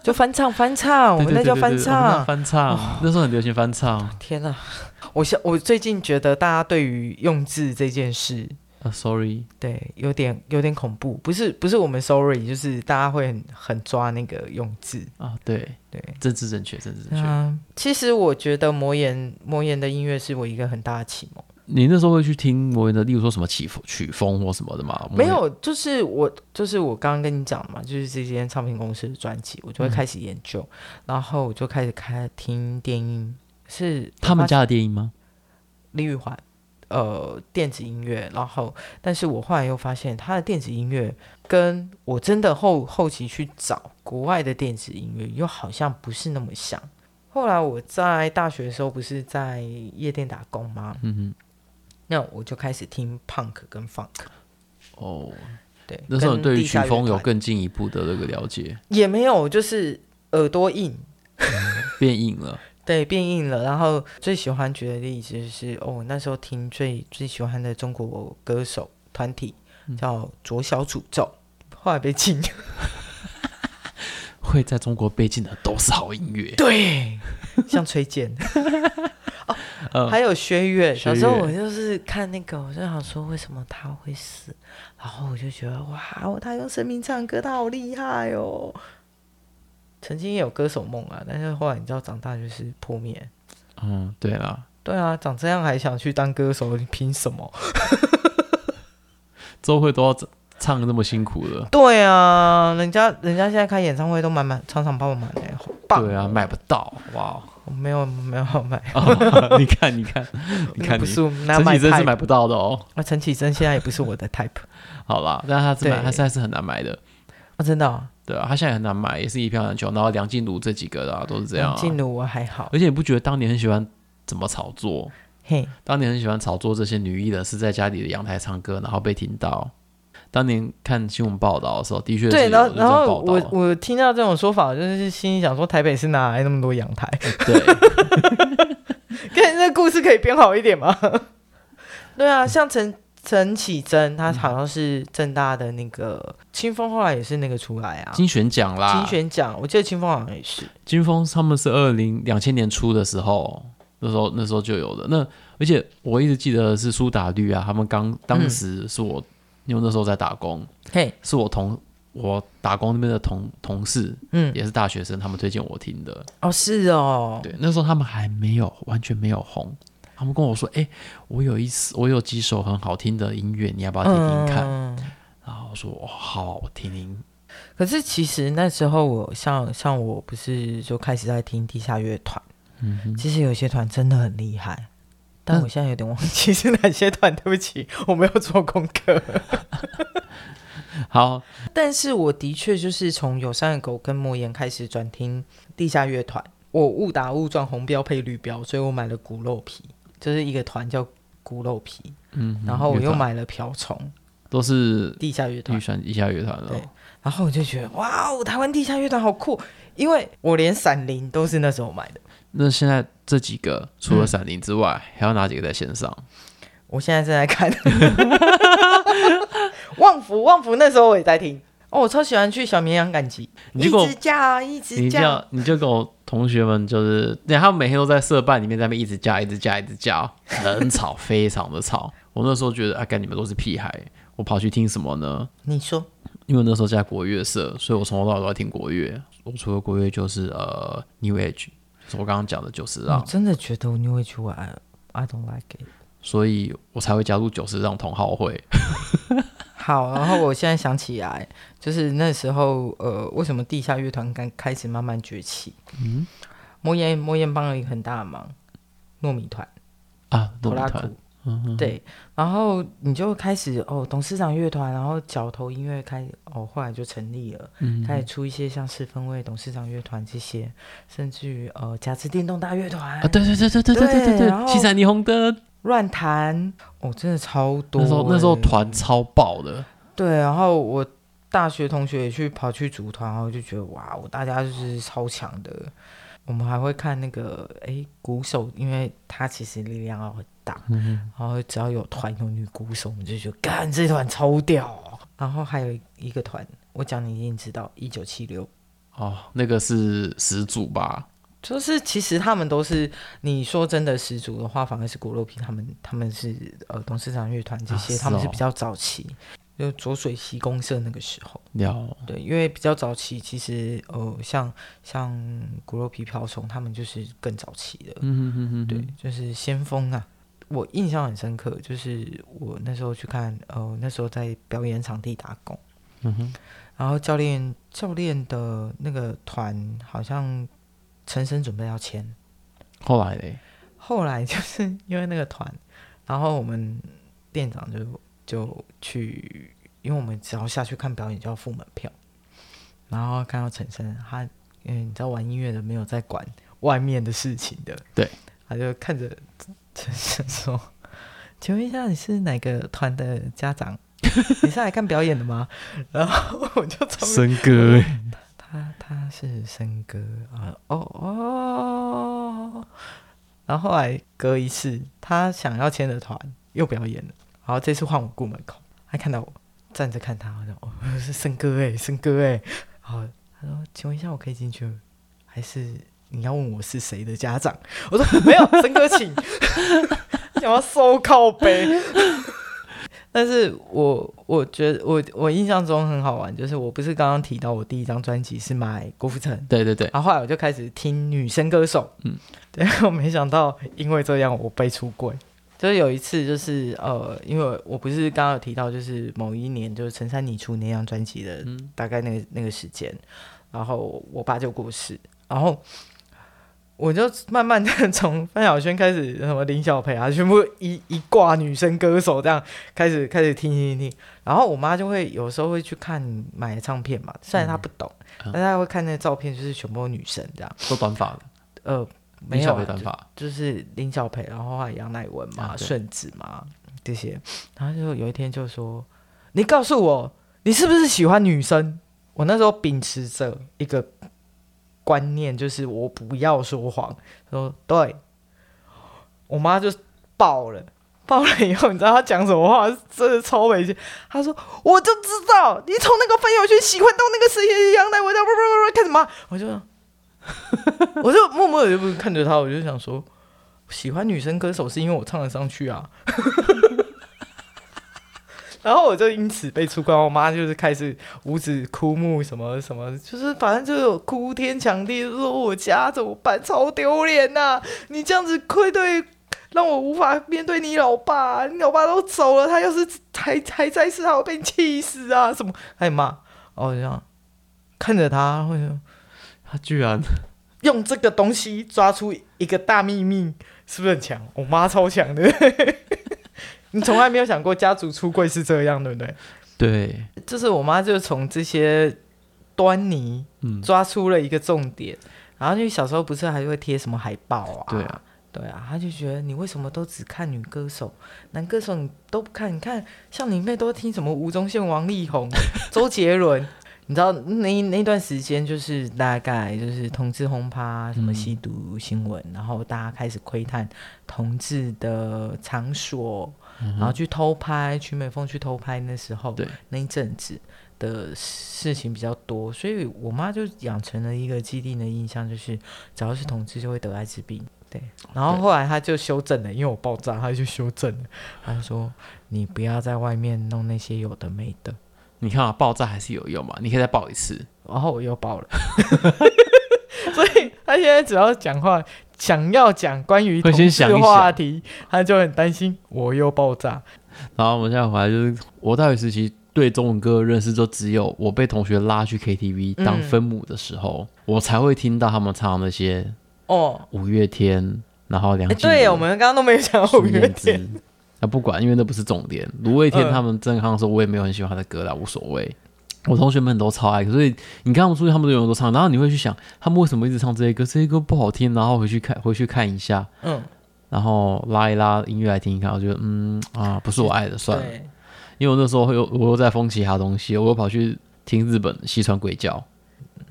[SPEAKER 1] 就翻唱翻唱，我
[SPEAKER 2] 对
[SPEAKER 1] 们
[SPEAKER 2] 对
[SPEAKER 1] 那
[SPEAKER 2] 对
[SPEAKER 1] 叫
[SPEAKER 2] 对
[SPEAKER 1] 翻
[SPEAKER 2] 对我们那
[SPEAKER 1] 唱。哦
[SPEAKER 2] 翻唱，那时候很流行翻唱。
[SPEAKER 1] 天哪，我现我最近觉得大家对于用字这件事，
[SPEAKER 2] 啊，sorry，
[SPEAKER 1] 对，有点有点恐怖，不是不是我们 sorry，就是大家会很很抓那个用字。
[SPEAKER 2] 啊，对
[SPEAKER 1] 对，
[SPEAKER 2] 政治正确，政治正确。
[SPEAKER 1] 啊，其实我觉得魔岩魔岩的音乐是我一个很大的启蒙。
[SPEAKER 2] 你那时候会去听魔人的，例如说什么起风曲风或什么的吗？
[SPEAKER 1] 没，有，就是我就是我刚刚跟你讲嘛，就是这间唱片公司的专辑，我就会开始研究，
[SPEAKER 2] 嗯
[SPEAKER 1] 然后我就开始开听电音，是
[SPEAKER 2] 他们
[SPEAKER 1] 发
[SPEAKER 2] 家的电影吗？
[SPEAKER 1] 李玉环，呃，电子音乐，然后，但是我后来又发现他的电子音乐跟我真的后后期去找国外的电子音乐，又好像不是那么像。后来我在大学的时候不是在夜店打工吗？
[SPEAKER 2] 嗯
[SPEAKER 1] 那我就开始听 punk 跟 funk，
[SPEAKER 2] 哼，哦，
[SPEAKER 1] 对，
[SPEAKER 2] 那时候
[SPEAKER 1] 跟
[SPEAKER 2] 你对于
[SPEAKER 1] 地
[SPEAKER 2] 曲
[SPEAKER 1] 下乐
[SPEAKER 2] 风有
[SPEAKER 1] 团
[SPEAKER 2] 更进一步的那个了解，
[SPEAKER 1] 也没有，就是耳朵硬，
[SPEAKER 2] 变硬了。
[SPEAKER 1] 对，变硬了。然后最喜欢举的例子就是，哦，我那时候
[SPEAKER 2] 嗯
[SPEAKER 1] 听最最喜欢的中国歌手团体叫左小诅咒，后来被 禁。
[SPEAKER 2] 会在中国被禁的都是好音乐。
[SPEAKER 1] 对，像崔 健。哦
[SPEAKER 2] 嗯
[SPEAKER 1] 还有薛岳，
[SPEAKER 2] 薛
[SPEAKER 1] 小
[SPEAKER 2] 岳
[SPEAKER 1] 时候我就是看那个，我就想说为什么他会死，然后我就觉得哇，他用生命唱歌，他好厉害哦。曾经也有歌手梦啊，但是后来你知道长大就是破灭。
[SPEAKER 2] 嗯，对啦，
[SPEAKER 1] 对啊，长这样还想去当歌手，你凭什么？
[SPEAKER 2] 周慧都要唱得那么辛苦了，
[SPEAKER 1] 对啊，人家人家现在开演唱会都满满，场场爆满哎、好棒！
[SPEAKER 2] 对啊，买不到哇！
[SPEAKER 1] 我没有 没有买，
[SPEAKER 2] 哦 你看，你看，你看
[SPEAKER 1] 不
[SPEAKER 2] 你，
[SPEAKER 1] 是
[SPEAKER 2] 陈
[SPEAKER 1] 我们拿买
[SPEAKER 2] 绮嗯贞是
[SPEAKER 1] type
[SPEAKER 2] 买不到的哦。
[SPEAKER 1] 啊，陈绮贞现在也不是我的 type
[SPEAKER 2] 好啦，但他是买，
[SPEAKER 1] 对
[SPEAKER 2] 他现在是很难买的，
[SPEAKER 1] 啊，真的、哦。
[SPEAKER 2] 对啊，他现在很难买，也是一票难求。然后梁静茹这几个的啊，都是这样、
[SPEAKER 1] 梁
[SPEAKER 2] 啊。
[SPEAKER 1] 静哦茹我还好，
[SPEAKER 2] 而且你不觉得当年很喜欢怎么炒作？
[SPEAKER 1] 嘿，
[SPEAKER 2] 当年很喜欢炒作这些女艺人是在家里的阳台唱歌，然后被听到。当年看新闻报道的时候，的确是
[SPEAKER 1] 对，
[SPEAKER 2] 有
[SPEAKER 1] 然后
[SPEAKER 2] 这种
[SPEAKER 1] 然后
[SPEAKER 2] 报
[SPEAKER 1] 我
[SPEAKER 2] 道啊
[SPEAKER 1] 我听到这种说法，我就是心里想说，台北是哪来那么多阳台？
[SPEAKER 2] 对，
[SPEAKER 1] 看这故事可以编好一点吗？ 对啊，像陈陈绮贞，她好像是正大的那个清风，后来也是那个出来啊，
[SPEAKER 2] 金选奖啦，
[SPEAKER 1] 金选奖，我记得清风好像也是，
[SPEAKER 2] 金峰他们是二零两千年初的时候，那时候那时候就有的。那而且我一直记得是苏打绿啊，他们刚当时是我，因为那时候在打工，
[SPEAKER 1] 嘿，
[SPEAKER 2] 是我同我打工那边的同同事，
[SPEAKER 1] 嗯，
[SPEAKER 2] 也是大学生，他们推荐我听的。
[SPEAKER 1] 哦，是哦，
[SPEAKER 2] 对，那时候他们还没有完全没有红，他们跟我说：“哎、我有一首我有几首很好听的音乐，你要不要听听看？”
[SPEAKER 1] 嗯
[SPEAKER 2] 然后我说：“哇、好，我听听。
[SPEAKER 1] 可是其实那时候我像像我不是就开始在听地下乐团，
[SPEAKER 2] 嗯哼，
[SPEAKER 1] 其实有些团真的很厉害，但
[SPEAKER 2] 但
[SPEAKER 1] 我现在有点忘记是哪些团，对不起， 我没有做功课。
[SPEAKER 2] 好，
[SPEAKER 1] 但是我的确就是从友善的狗跟莫言开始转听地下乐团，我误打误撞红标配绿标，所以我买了骨肉皮，就是一个团叫骨肉皮，
[SPEAKER 2] 嗯哼，
[SPEAKER 1] 然后我
[SPEAKER 2] 乐
[SPEAKER 1] 又
[SPEAKER 2] 团
[SPEAKER 1] 买了瓢虫
[SPEAKER 2] 都是
[SPEAKER 1] 地下乐团
[SPEAKER 2] 预，算一下乐团了。
[SPEAKER 1] 对然后我就觉得哇哦，台湾地下乐团好酷，因为我连闪灵都是那时候买的。
[SPEAKER 2] 那现在这几个
[SPEAKER 1] 嗯
[SPEAKER 2] 除了闪灵之外，还有哪几个在线上？
[SPEAKER 1] 我现在正在 看旺福，旺福那时候我也在听哦，我超喜欢去小绵羊赶集，
[SPEAKER 2] 你
[SPEAKER 1] 一
[SPEAKER 2] 就给我
[SPEAKER 1] 直叫，一直
[SPEAKER 2] 你
[SPEAKER 1] 叫，
[SPEAKER 2] 叫你就跟我同学们就是，对，他们每天都在社办里面在那边一直叫，一直叫，一直哦 叫，很吵，非常的吵。我那时候觉得啊，干你们都是屁孩，我跑去听什么呢？
[SPEAKER 1] 你说
[SPEAKER 2] 因为那时候在国乐社，所以我从头到尾都在听国乐。我除了国乐就是呃 New Age，就是我刚刚讲的九十
[SPEAKER 1] 我
[SPEAKER 2] 让，
[SPEAKER 1] 真的觉得我 New Age 我 I I don't like it。
[SPEAKER 2] 所以我才会加入九十让同好会。
[SPEAKER 1] 好，然后我现在想起来， 就是那时候，呃，为什么地下乐团刚开始慢慢崛起？
[SPEAKER 2] 嗯
[SPEAKER 1] 魔岩魔岩帮了一个很大的忙，糯米团、
[SPEAKER 2] 啊，
[SPEAKER 1] 普
[SPEAKER 2] 糯
[SPEAKER 1] 拉
[SPEAKER 2] 米
[SPEAKER 1] 库
[SPEAKER 2] 团，，嗯哼，
[SPEAKER 1] 对，然后你就开始哦，董事长乐团，然后角头音乐开哦，后来就成立了，
[SPEAKER 2] 嗯
[SPEAKER 1] 开始出一些像四分卫、董事长乐团这些，甚至于呃，甲子电动大乐团、
[SPEAKER 2] 啊，对对对对对对对
[SPEAKER 1] 对
[SPEAKER 2] 对
[SPEAKER 1] 然后
[SPEAKER 2] 对，七彩霓虹灯。
[SPEAKER 1] 乱弹，哦，真的超多、
[SPEAKER 2] 那时候那时候
[SPEAKER 1] 欸
[SPEAKER 2] 团超爆的，
[SPEAKER 1] 对，然后我大学同学也去跑去组团，然后就觉得哇，我大家就是超强的。我们还会看那个诶，鼓手，因为他其实力量要很大，
[SPEAKER 2] 嗯
[SPEAKER 1] 然后只要有团有女鼓手，我们就觉得干这团超屌哦。然后还有一个团，我讲你一定知道，一九七六。
[SPEAKER 2] 哦，那个是始祖吧？
[SPEAKER 1] 就是其实他们都是，你说真的十足的话，反而是骨肉皮他们，他们是呃董事长乐团这
[SPEAKER 2] 啊
[SPEAKER 1] 些，
[SPEAKER 2] 是
[SPEAKER 1] 他们是
[SPEAKER 2] 哦
[SPEAKER 1] 比较早期，就浊水溪公社那个时候。
[SPEAKER 2] 了，
[SPEAKER 1] 对，因为比较早期，其实呃，像像骨肉皮瓢虫他们就是更早期的，
[SPEAKER 2] 嗯哼哼哼，
[SPEAKER 1] 对，，就是先锋啊。我印象很深刻，就是我那时候去看，呃，那时候在表演场地打工，
[SPEAKER 2] 嗯哼，
[SPEAKER 1] 然后教练教练的那个团好像陈升准备要签，
[SPEAKER 2] 后来嘞，
[SPEAKER 1] 后来 就是因为那个团，然后我们店长就就去，因为我们只要下去看表演就要付门票，然后看到陈升，他因为你知道玩音乐的没有在管外面的事情的，
[SPEAKER 2] 对，
[SPEAKER 1] 他就看着陈升说：“ 请问一下，你是哪个团的家长？你是来看表演的吗？”然后我就从
[SPEAKER 2] 哥，
[SPEAKER 1] 他他是森哥啊，哦哦。然后后来隔一次，他想要签的团又表演了，然后这次换我顾门口，他看到我，站着看他，我说哦是森哥哎，森哥哎，好，他说请问一下我可以进去吗，还是你要问我是谁的家长？我说没有，森哥请， 想要收靠背。但是我我觉得我我印象中很好玩，就是我不是刚刚提到我第一张专辑是买郭富城，
[SPEAKER 2] 对对对，
[SPEAKER 1] 然后后来我就开始听女生歌手，嗯
[SPEAKER 2] 嗯，
[SPEAKER 1] 对，我没想到因为这样我被出柜。就是有一次，就是呃，因为我不是刚刚有提到，就是某一年就是陈珊妮出那张专辑的
[SPEAKER 2] 嗯
[SPEAKER 1] 大概那个那个时间，然后我爸就过世，然后我就慢慢的 从范晓萱开始，什么林小培啊，全部一一挂女生歌手这样开始开始听听听，然后我妈就会有时候会去看买的唱片嘛，虽然她不懂，
[SPEAKER 2] 嗯
[SPEAKER 1] 但她会看那个照片，就是全部都女生这样，
[SPEAKER 2] 都短发的，
[SPEAKER 1] 呃，
[SPEAKER 2] 林
[SPEAKER 1] 没有
[SPEAKER 2] 小
[SPEAKER 1] 啊、
[SPEAKER 2] 培短发，
[SPEAKER 1] 就就是林小培，然后还有杨乃文嘛、
[SPEAKER 2] 啊对
[SPEAKER 1] 顺子嘛这些，然后就有一天就说：“你告诉我，你是不是喜欢女生？”我那时候秉持着一个观念，就是我不要说谎。说对，我妈就爆了。爆了以后，你知道她讲什么话？真的超委屈。她说：“我就知道你从那个范晓萱喜欢到那个谁杨乃文，啊不不不不，干什么？”我就，我就 默默的就不看着她，我就想说，喜欢女生歌手是因为我唱得上去啊。 然后我就因此被出关，我妈就是开始五指枯木什么什么，就是反正就有哭天抢地，就说我家怎么办，超丢脸呐！你这样子愧对，让我无法面对你老爸，你老爸都走了，他要是还还在世，他会被你气死啊！什么？哎妈！哦，我就这样看着他，会
[SPEAKER 2] 他居然
[SPEAKER 1] 用这个东西抓出一个大秘密，是不是很强？我妈超强的。 你从来没有想过家族出柜是这样，对不对？
[SPEAKER 2] 对，
[SPEAKER 1] 就是我妈就从这些端倪
[SPEAKER 2] 嗯，
[SPEAKER 1] 抓出了一个重点，然后就小时候不是还会贴什么海报啊？
[SPEAKER 2] 对啊，
[SPEAKER 1] 对啊，她就觉得你为什么都只看女歌手，男歌手你都不看？你看像你妹都听什么吴宗宪、王力宏、周杰伦。你知道那那段时间就是大概就是同志轰趴什么
[SPEAKER 2] 嗯
[SPEAKER 1] 吸毒新闻，然后大家开始窥探同志的场所，然后去偷拍，曲美凤去偷拍那时候，
[SPEAKER 2] 对
[SPEAKER 1] 那一阵子的事情比较多，所以我妈就养成了一个既定的印象，就是只要是同志就会得艾滋病。对，然后
[SPEAKER 2] 对
[SPEAKER 1] 后来她就修正了，因为我爆炸，她就修正了，她就说你不要在外面弄那些有的没的。
[SPEAKER 2] 你看啊，爆炸还是有用嘛，你可以再爆一次，
[SPEAKER 1] 然后我又爆了， 所以她现在只要讲话。想要讲关于
[SPEAKER 2] 会
[SPEAKER 1] 同
[SPEAKER 2] 先
[SPEAKER 1] 志
[SPEAKER 2] 想一想
[SPEAKER 1] 话题，她就很担心我又爆炸。
[SPEAKER 2] 然后我们现在回来就是，我大学时期对中文歌的认识就只有我被同学拉去 KTV 当分母的时候，我才会听到他们唱那些
[SPEAKER 1] 哦，
[SPEAKER 2] 五月天，然后梁
[SPEAKER 1] 哎，
[SPEAKER 2] 静茹、
[SPEAKER 1] 对，我们刚刚都没有讲五
[SPEAKER 2] 孙
[SPEAKER 1] 月
[SPEAKER 2] 燕
[SPEAKER 1] 天。
[SPEAKER 2] 姿。那啊不管，因为那不是重点。卢卫天
[SPEAKER 1] 嗯
[SPEAKER 2] 他们正康的时候，我也没有很喜欢他的歌啦，无所谓。我同学们都超爱，所以你看他们出去，他们都有人都唱。然后你会去想，他们为什么一直唱这些歌？这些歌不好听，然后回去看，回去看一下，
[SPEAKER 1] 嗯，
[SPEAKER 2] 然后拉一拉音乐来听一看。我觉得，嗯啊，不是我爱的，算了。
[SPEAKER 1] 对，
[SPEAKER 2] 因为我那时候会有我又在疯其他东西，我又跑去听日本西川鬼叫，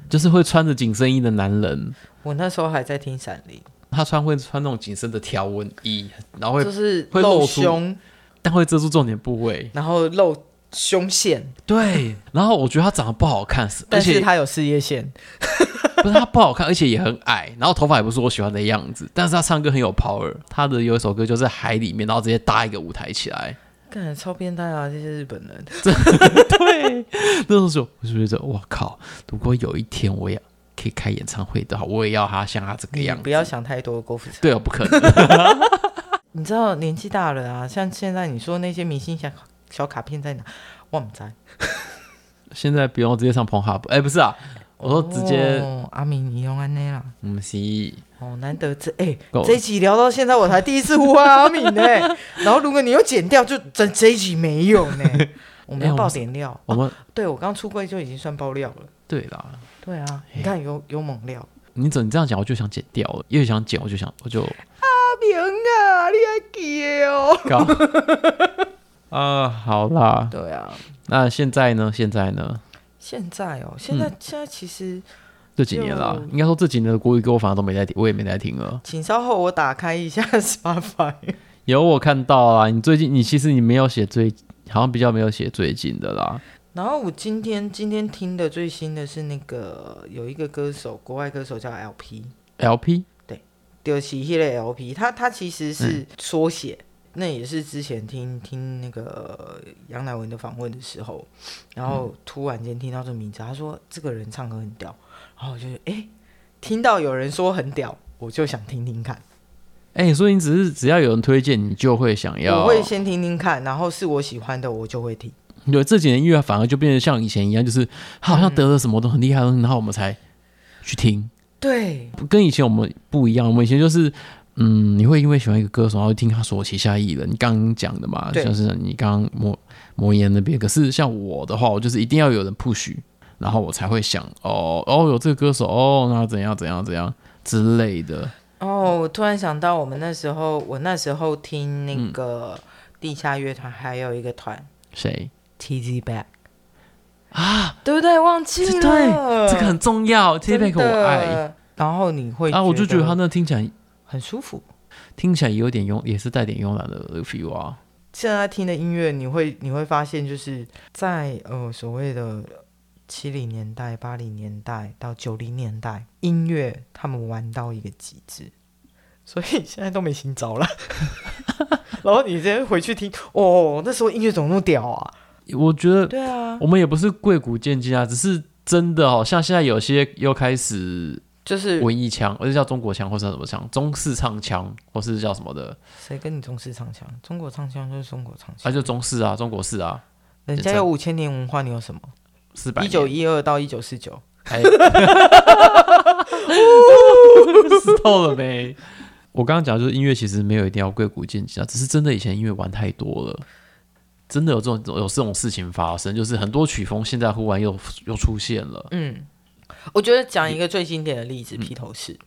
[SPEAKER 2] 就是会穿着紧身衣的男人，
[SPEAKER 1] 我那时候还在听《闪灵
[SPEAKER 2] 他穿会穿那种紧身的条纹衣，然后》，
[SPEAKER 1] 就
[SPEAKER 2] 会
[SPEAKER 1] 是
[SPEAKER 2] 会
[SPEAKER 1] 露
[SPEAKER 2] 露出
[SPEAKER 1] 胸，
[SPEAKER 2] 但会遮住重点部位。
[SPEAKER 1] 然后露胸线，
[SPEAKER 2] 对，然后我觉得他长得不好看，而
[SPEAKER 1] 但是
[SPEAKER 2] 且
[SPEAKER 1] 他有事业线。
[SPEAKER 2] 不是他不好看，而且也很矮，然后头发也不是我喜欢的样子，但是他唱歌很有 power。他的有一首歌就是在海里面，然后直接搭一个舞台起来，
[SPEAKER 1] 感超变态啊！这些日本人，
[SPEAKER 2] 对，那时候我就觉得，我靠，如果有一天我也可以开演唱会的话，我也要他像他这个
[SPEAKER 1] 你
[SPEAKER 2] 样子。
[SPEAKER 1] 嗯不要想太多，郭富城。
[SPEAKER 2] 对哦，不可能。
[SPEAKER 1] 你知道年纪大了啊，像现在你说那些明星小小卡片在哪？我们在。
[SPEAKER 2] 现在不用直接上 p o n h u b 哎、不是啊，我说直接，
[SPEAKER 1] 哦阿明，你用安内啦。
[SPEAKER 2] 嗯，是
[SPEAKER 1] 哦，难得这哎、
[SPEAKER 2] 够
[SPEAKER 1] 这一
[SPEAKER 2] 了，
[SPEAKER 1] 集聊到现在，我才第一次呼唤阿敏呢、然后如果你又剪掉，就这这一集没有呢、我们
[SPEAKER 2] 哎
[SPEAKER 1] 要
[SPEAKER 2] 我们
[SPEAKER 1] 爆
[SPEAKER 2] 是
[SPEAKER 1] 点料。
[SPEAKER 2] 我们
[SPEAKER 1] 对我刚出柜就已经算爆料了。
[SPEAKER 2] 对啦。
[SPEAKER 1] 对啊，你看有有猛料。
[SPEAKER 2] 你怎你这样讲，我就想剪掉了，因为想剪，我就想我就
[SPEAKER 1] 阿明啊，你还记得哦？
[SPEAKER 2] 搞。啊、好啦，
[SPEAKER 1] 对啊，
[SPEAKER 2] 那现在呢？现在呢？
[SPEAKER 1] 现在哦，现在、现在其实，
[SPEAKER 2] 这几年啦
[SPEAKER 1] 就，
[SPEAKER 2] 应该说这几年的国语歌我反而都没在听，我也没在听了。
[SPEAKER 1] 请稍后我打开一下 Spotify。
[SPEAKER 2] 有我看到啦，你最近你其实你没有写最好像比较没有写最近的啦。
[SPEAKER 1] 然后我今天今天听的最新的是那个有一个歌手，国外歌手叫 LP，
[SPEAKER 2] LP
[SPEAKER 1] 就是迄个 LP，他他其实是缩写，那也是之前听听那个杨乃文的访问的时候，然后突然间听到这名字，他说这个人唱歌很屌，然后我就哎、诶听到有人说很屌，我就想听听看，
[SPEAKER 2] 哎、所以你只是只要有人推荐，你就会想要。
[SPEAKER 1] 我会先听听看，然后是我喜欢的我就会听，
[SPEAKER 2] 有这几年音乐反而就变得像以前一样，就是他好像得了什么都很厉害的东西，然后我们才去听，
[SPEAKER 1] 对，
[SPEAKER 2] 跟以前我们不一样。我们以前就是，嗯，你会因为喜欢一个歌手，然后听他所旗下艺人。你刚刚讲的嘛，
[SPEAKER 1] 对
[SPEAKER 2] 像是你刚刚魔魔岩那边。可是像我的话，我就是一定要有人 push，然后我才会想，哦哦，有这个歌手，哦，那怎样怎样怎样之类的。
[SPEAKER 1] 哦，我突然想到，我们那时候，我那时候听那
[SPEAKER 2] 嗯
[SPEAKER 1] 个地下乐团，还有一个团
[SPEAKER 2] 谁？
[SPEAKER 1] TZ Back 啊，对不对？忘记
[SPEAKER 2] 这
[SPEAKER 1] 了，
[SPEAKER 2] 对，这个很重要。t
[SPEAKER 1] 呃真
[SPEAKER 2] i p
[SPEAKER 1] 的
[SPEAKER 2] a 我爱
[SPEAKER 1] 然后你会
[SPEAKER 2] 啊，我就觉得他
[SPEAKER 1] 得
[SPEAKER 2] 那听起来
[SPEAKER 1] 很舒服。
[SPEAKER 2] 听起来有点慵，也是带点慵懒的 feel 啊。
[SPEAKER 1] 现在听的音乐，你会你会发现，就是在呃所谓的七零年代、八零年代到九零年代，音乐他们玩到一个极致，所以现在都没新招了。 然后你直接回去听，哦，那时候音乐怎么那么屌啊？
[SPEAKER 2] 我觉得
[SPEAKER 1] 对啊，
[SPEAKER 2] 我们也不是贵古贱今啊，只是真的好像现在有些又开始
[SPEAKER 1] 就是
[SPEAKER 2] 文艺腔，或者叫中国腔，或是叫什么腔，中式唱腔，或是叫什么的，
[SPEAKER 1] 谁跟你中式唱腔？中国唱腔就是中国唱腔，
[SPEAKER 2] 啊，就中式啊，中国式啊，
[SPEAKER 1] 人家有五千年文化，你有什么？
[SPEAKER 2] 四百
[SPEAKER 1] 一九一二到一九四九，
[SPEAKER 2] 哎， 知道了没？我刚刚讲就是音乐其实没有一定要贵古贱今啊，只是真的以前音乐玩太多了。真的有这种有这种事情发生，就是很多曲风现在忽然又又出现了。
[SPEAKER 1] 嗯，我觉得讲一个最经典的例子，披头士，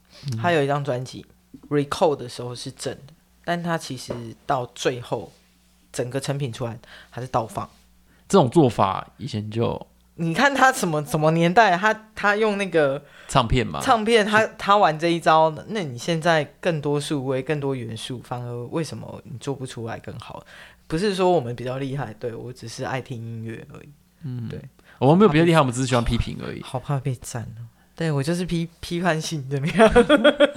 [SPEAKER 1] 他有一张专辑，record 的时候是正的，但他其实到最后整个成品出来还是倒放。
[SPEAKER 2] 这种做法以前就
[SPEAKER 1] 你看他什么什么年代，他他用那个
[SPEAKER 2] 唱片嘛，
[SPEAKER 1] 唱片，他他玩这一招，那你现在更多数位、更多元素，反而为什么你做不出来更好？不是说我们比较厉害，对我只是爱听音乐而已。
[SPEAKER 2] 我们没有别的厉害，我们只是喜欢批评而已。
[SPEAKER 1] 好怕被赞哦。对我就是批批判性怎么样？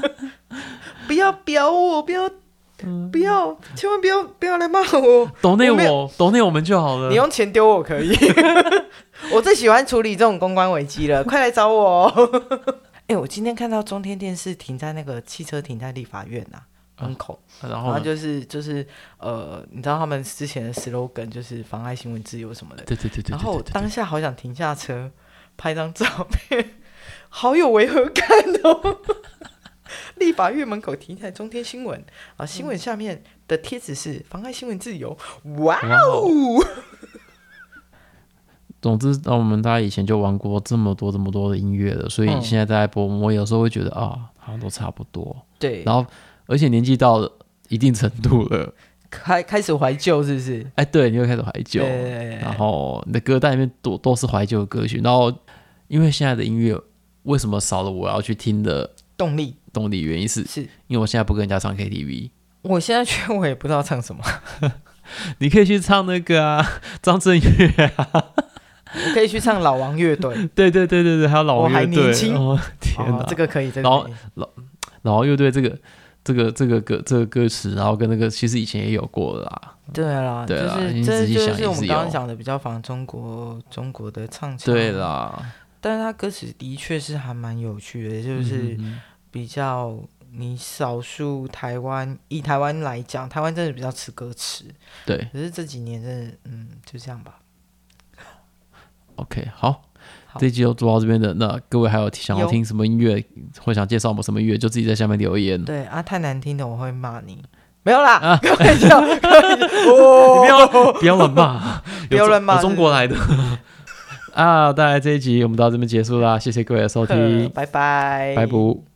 [SPEAKER 1] 不要表我，不要，不要，千万不要不要来骂我。
[SPEAKER 2] 懂内
[SPEAKER 1] 我没
[SPEAKER 2] 我，懂内我们就好了
[SPEAKER 1] 你。用钱丢我可 以，我最喜欢处理这种公关危机了，快来找我、哦。 哎、我今天看到中天电视停在那个汽车停在立法院啊门口，
[SPEAKER 2] 然
[SPEAKER 1] 然
[SPEAKER 2] 后
[SPEAKER 1] 后
[SPEAKER 2] 呢？
[SPEAKER 1] 就是就是呃，你知道他们之前的 slogan 就是妨碍新闻自由什么的，
[SPEAKER 2] 对对对对对对
[SPEAKER 1] 然后我
[SPEAKER 2] 对对
[SPEAKER 1] 当下好想停下车拍张照片，好有违和感哦。 立法院门口停一台中天新闻
[SPEAKER 2] 嗯
[SPEAKER 1] 啊，新闻下面的贴纸是妨碍新闻自由。哇
[SPEAKER 2] 哇哦！
[SPEAKER 1] 哦！
[SPEAKER 2] 总之，那我们大家以前就玩过这么多这么多的音乐了，所以
[SPEAKER 1] 嗯
[SPEAKER 2] 现在在播，我有时候会觉得啊，好像都差不多。
[SPEAKER 1] 对，嗯
[SPEAKER 2] 然后，而且年纪到了一定程度了，
[SPEAKER 1] 开开始怀旧是不是？
[SPEAKER 2] 哎，对，你又开始怀旧。
[SPEAKER 1] 对对对对
[SPEAKER 2] 然后你的歌单里面都都是怀旧的歌曲。然后，因为现在的音乐为什么少了我要去听的
[SPEAKER 1] 动力
[SPEAKER 2] 动力？原因是
[SPEAKER 1] 是。
[SPEAKER 2] 因为我现在不跟人家唱 KTV。
[SPEAKER 1] 我现在觉得我也不知道唱什么，
[SPEAKER 2] 你可以去唱那个啊，张震岳啊，
[SPEAKER 1] 我可以去唱老王乐队。
[SPEAKER 2] 对对对对对，还有老王
[SPEAKER 1] 我还
[SPEAKER 2] 乐队，
[SPEAKER 1] 年轻
[SPEAKER 2] 哦 天哪，
[SPEAKER 1] 哦，这个可以，这个
[SPEAKER 2] 然后
[SPEAKER 1] 可以
[SPEAKER 2] 老王乐队这个这个这个歌这个歌词，然后跟那个其实以前也有过了啦，
[SPEAKER 1] 对啦，
[SPEAKER 2] 对啦
[SPEAKER 1] 就
[SPEAKER 2] 你
[SPEAKER 1] 是
[SPEAKER 2] 仔
[SPEAKER 1] 这
[SPEAKER 2] 细
[SPEAKER 1] 就
[SPEAKER 2] 想
[SPEAKER 1] 是
[SPEAKER 2] 也
[SPEAKER 1] 我们
[SPEAKER 2] 是
[SPEAKER 1] 刚刚
[SPEAKER 2] 有
[SPEAKER 1] 讲的比较仿中国中国的唱腔。
[SPEAKER 2] 对啦，
[SPEAKER 1] 但是它歌词的确是还蛮有趣的，就是
[SPEAKER 2] 嗯
[SPEAKER 1] 比较你少数台湾以台湾来讲，台湾真的比较吃歌词，
[SPEAKER 2] 对
[SPEAKER 1] 可是这几年真的，嗯，就这样吧。
[SPEAKER 2] ，OK，好。
[SPEAKER 1] 好
[SPEAKER 2] 这一集就做到这边的，那各位还有想要
[SPEAKER 1] 有
[SPEAKER 2] 听什么音乐，或想介绍我们什么音乐，就自己在下面留言。
[SPEAKER 1] 对啊，太难听的我会骂你，啊没有啦，开玩笑，开玩 笑哦，
[SPEAKER 2] 不要不要乱骂，
[SPEAKER 1] 不要乱骂
[SPEAKER 2] 有中有中国来的 啊！大概这一集我们到这边结束啦，谢谢各位的收听，
[SPEAKER 1] 拜拜，
[SPEAKER 2] 拜。拜。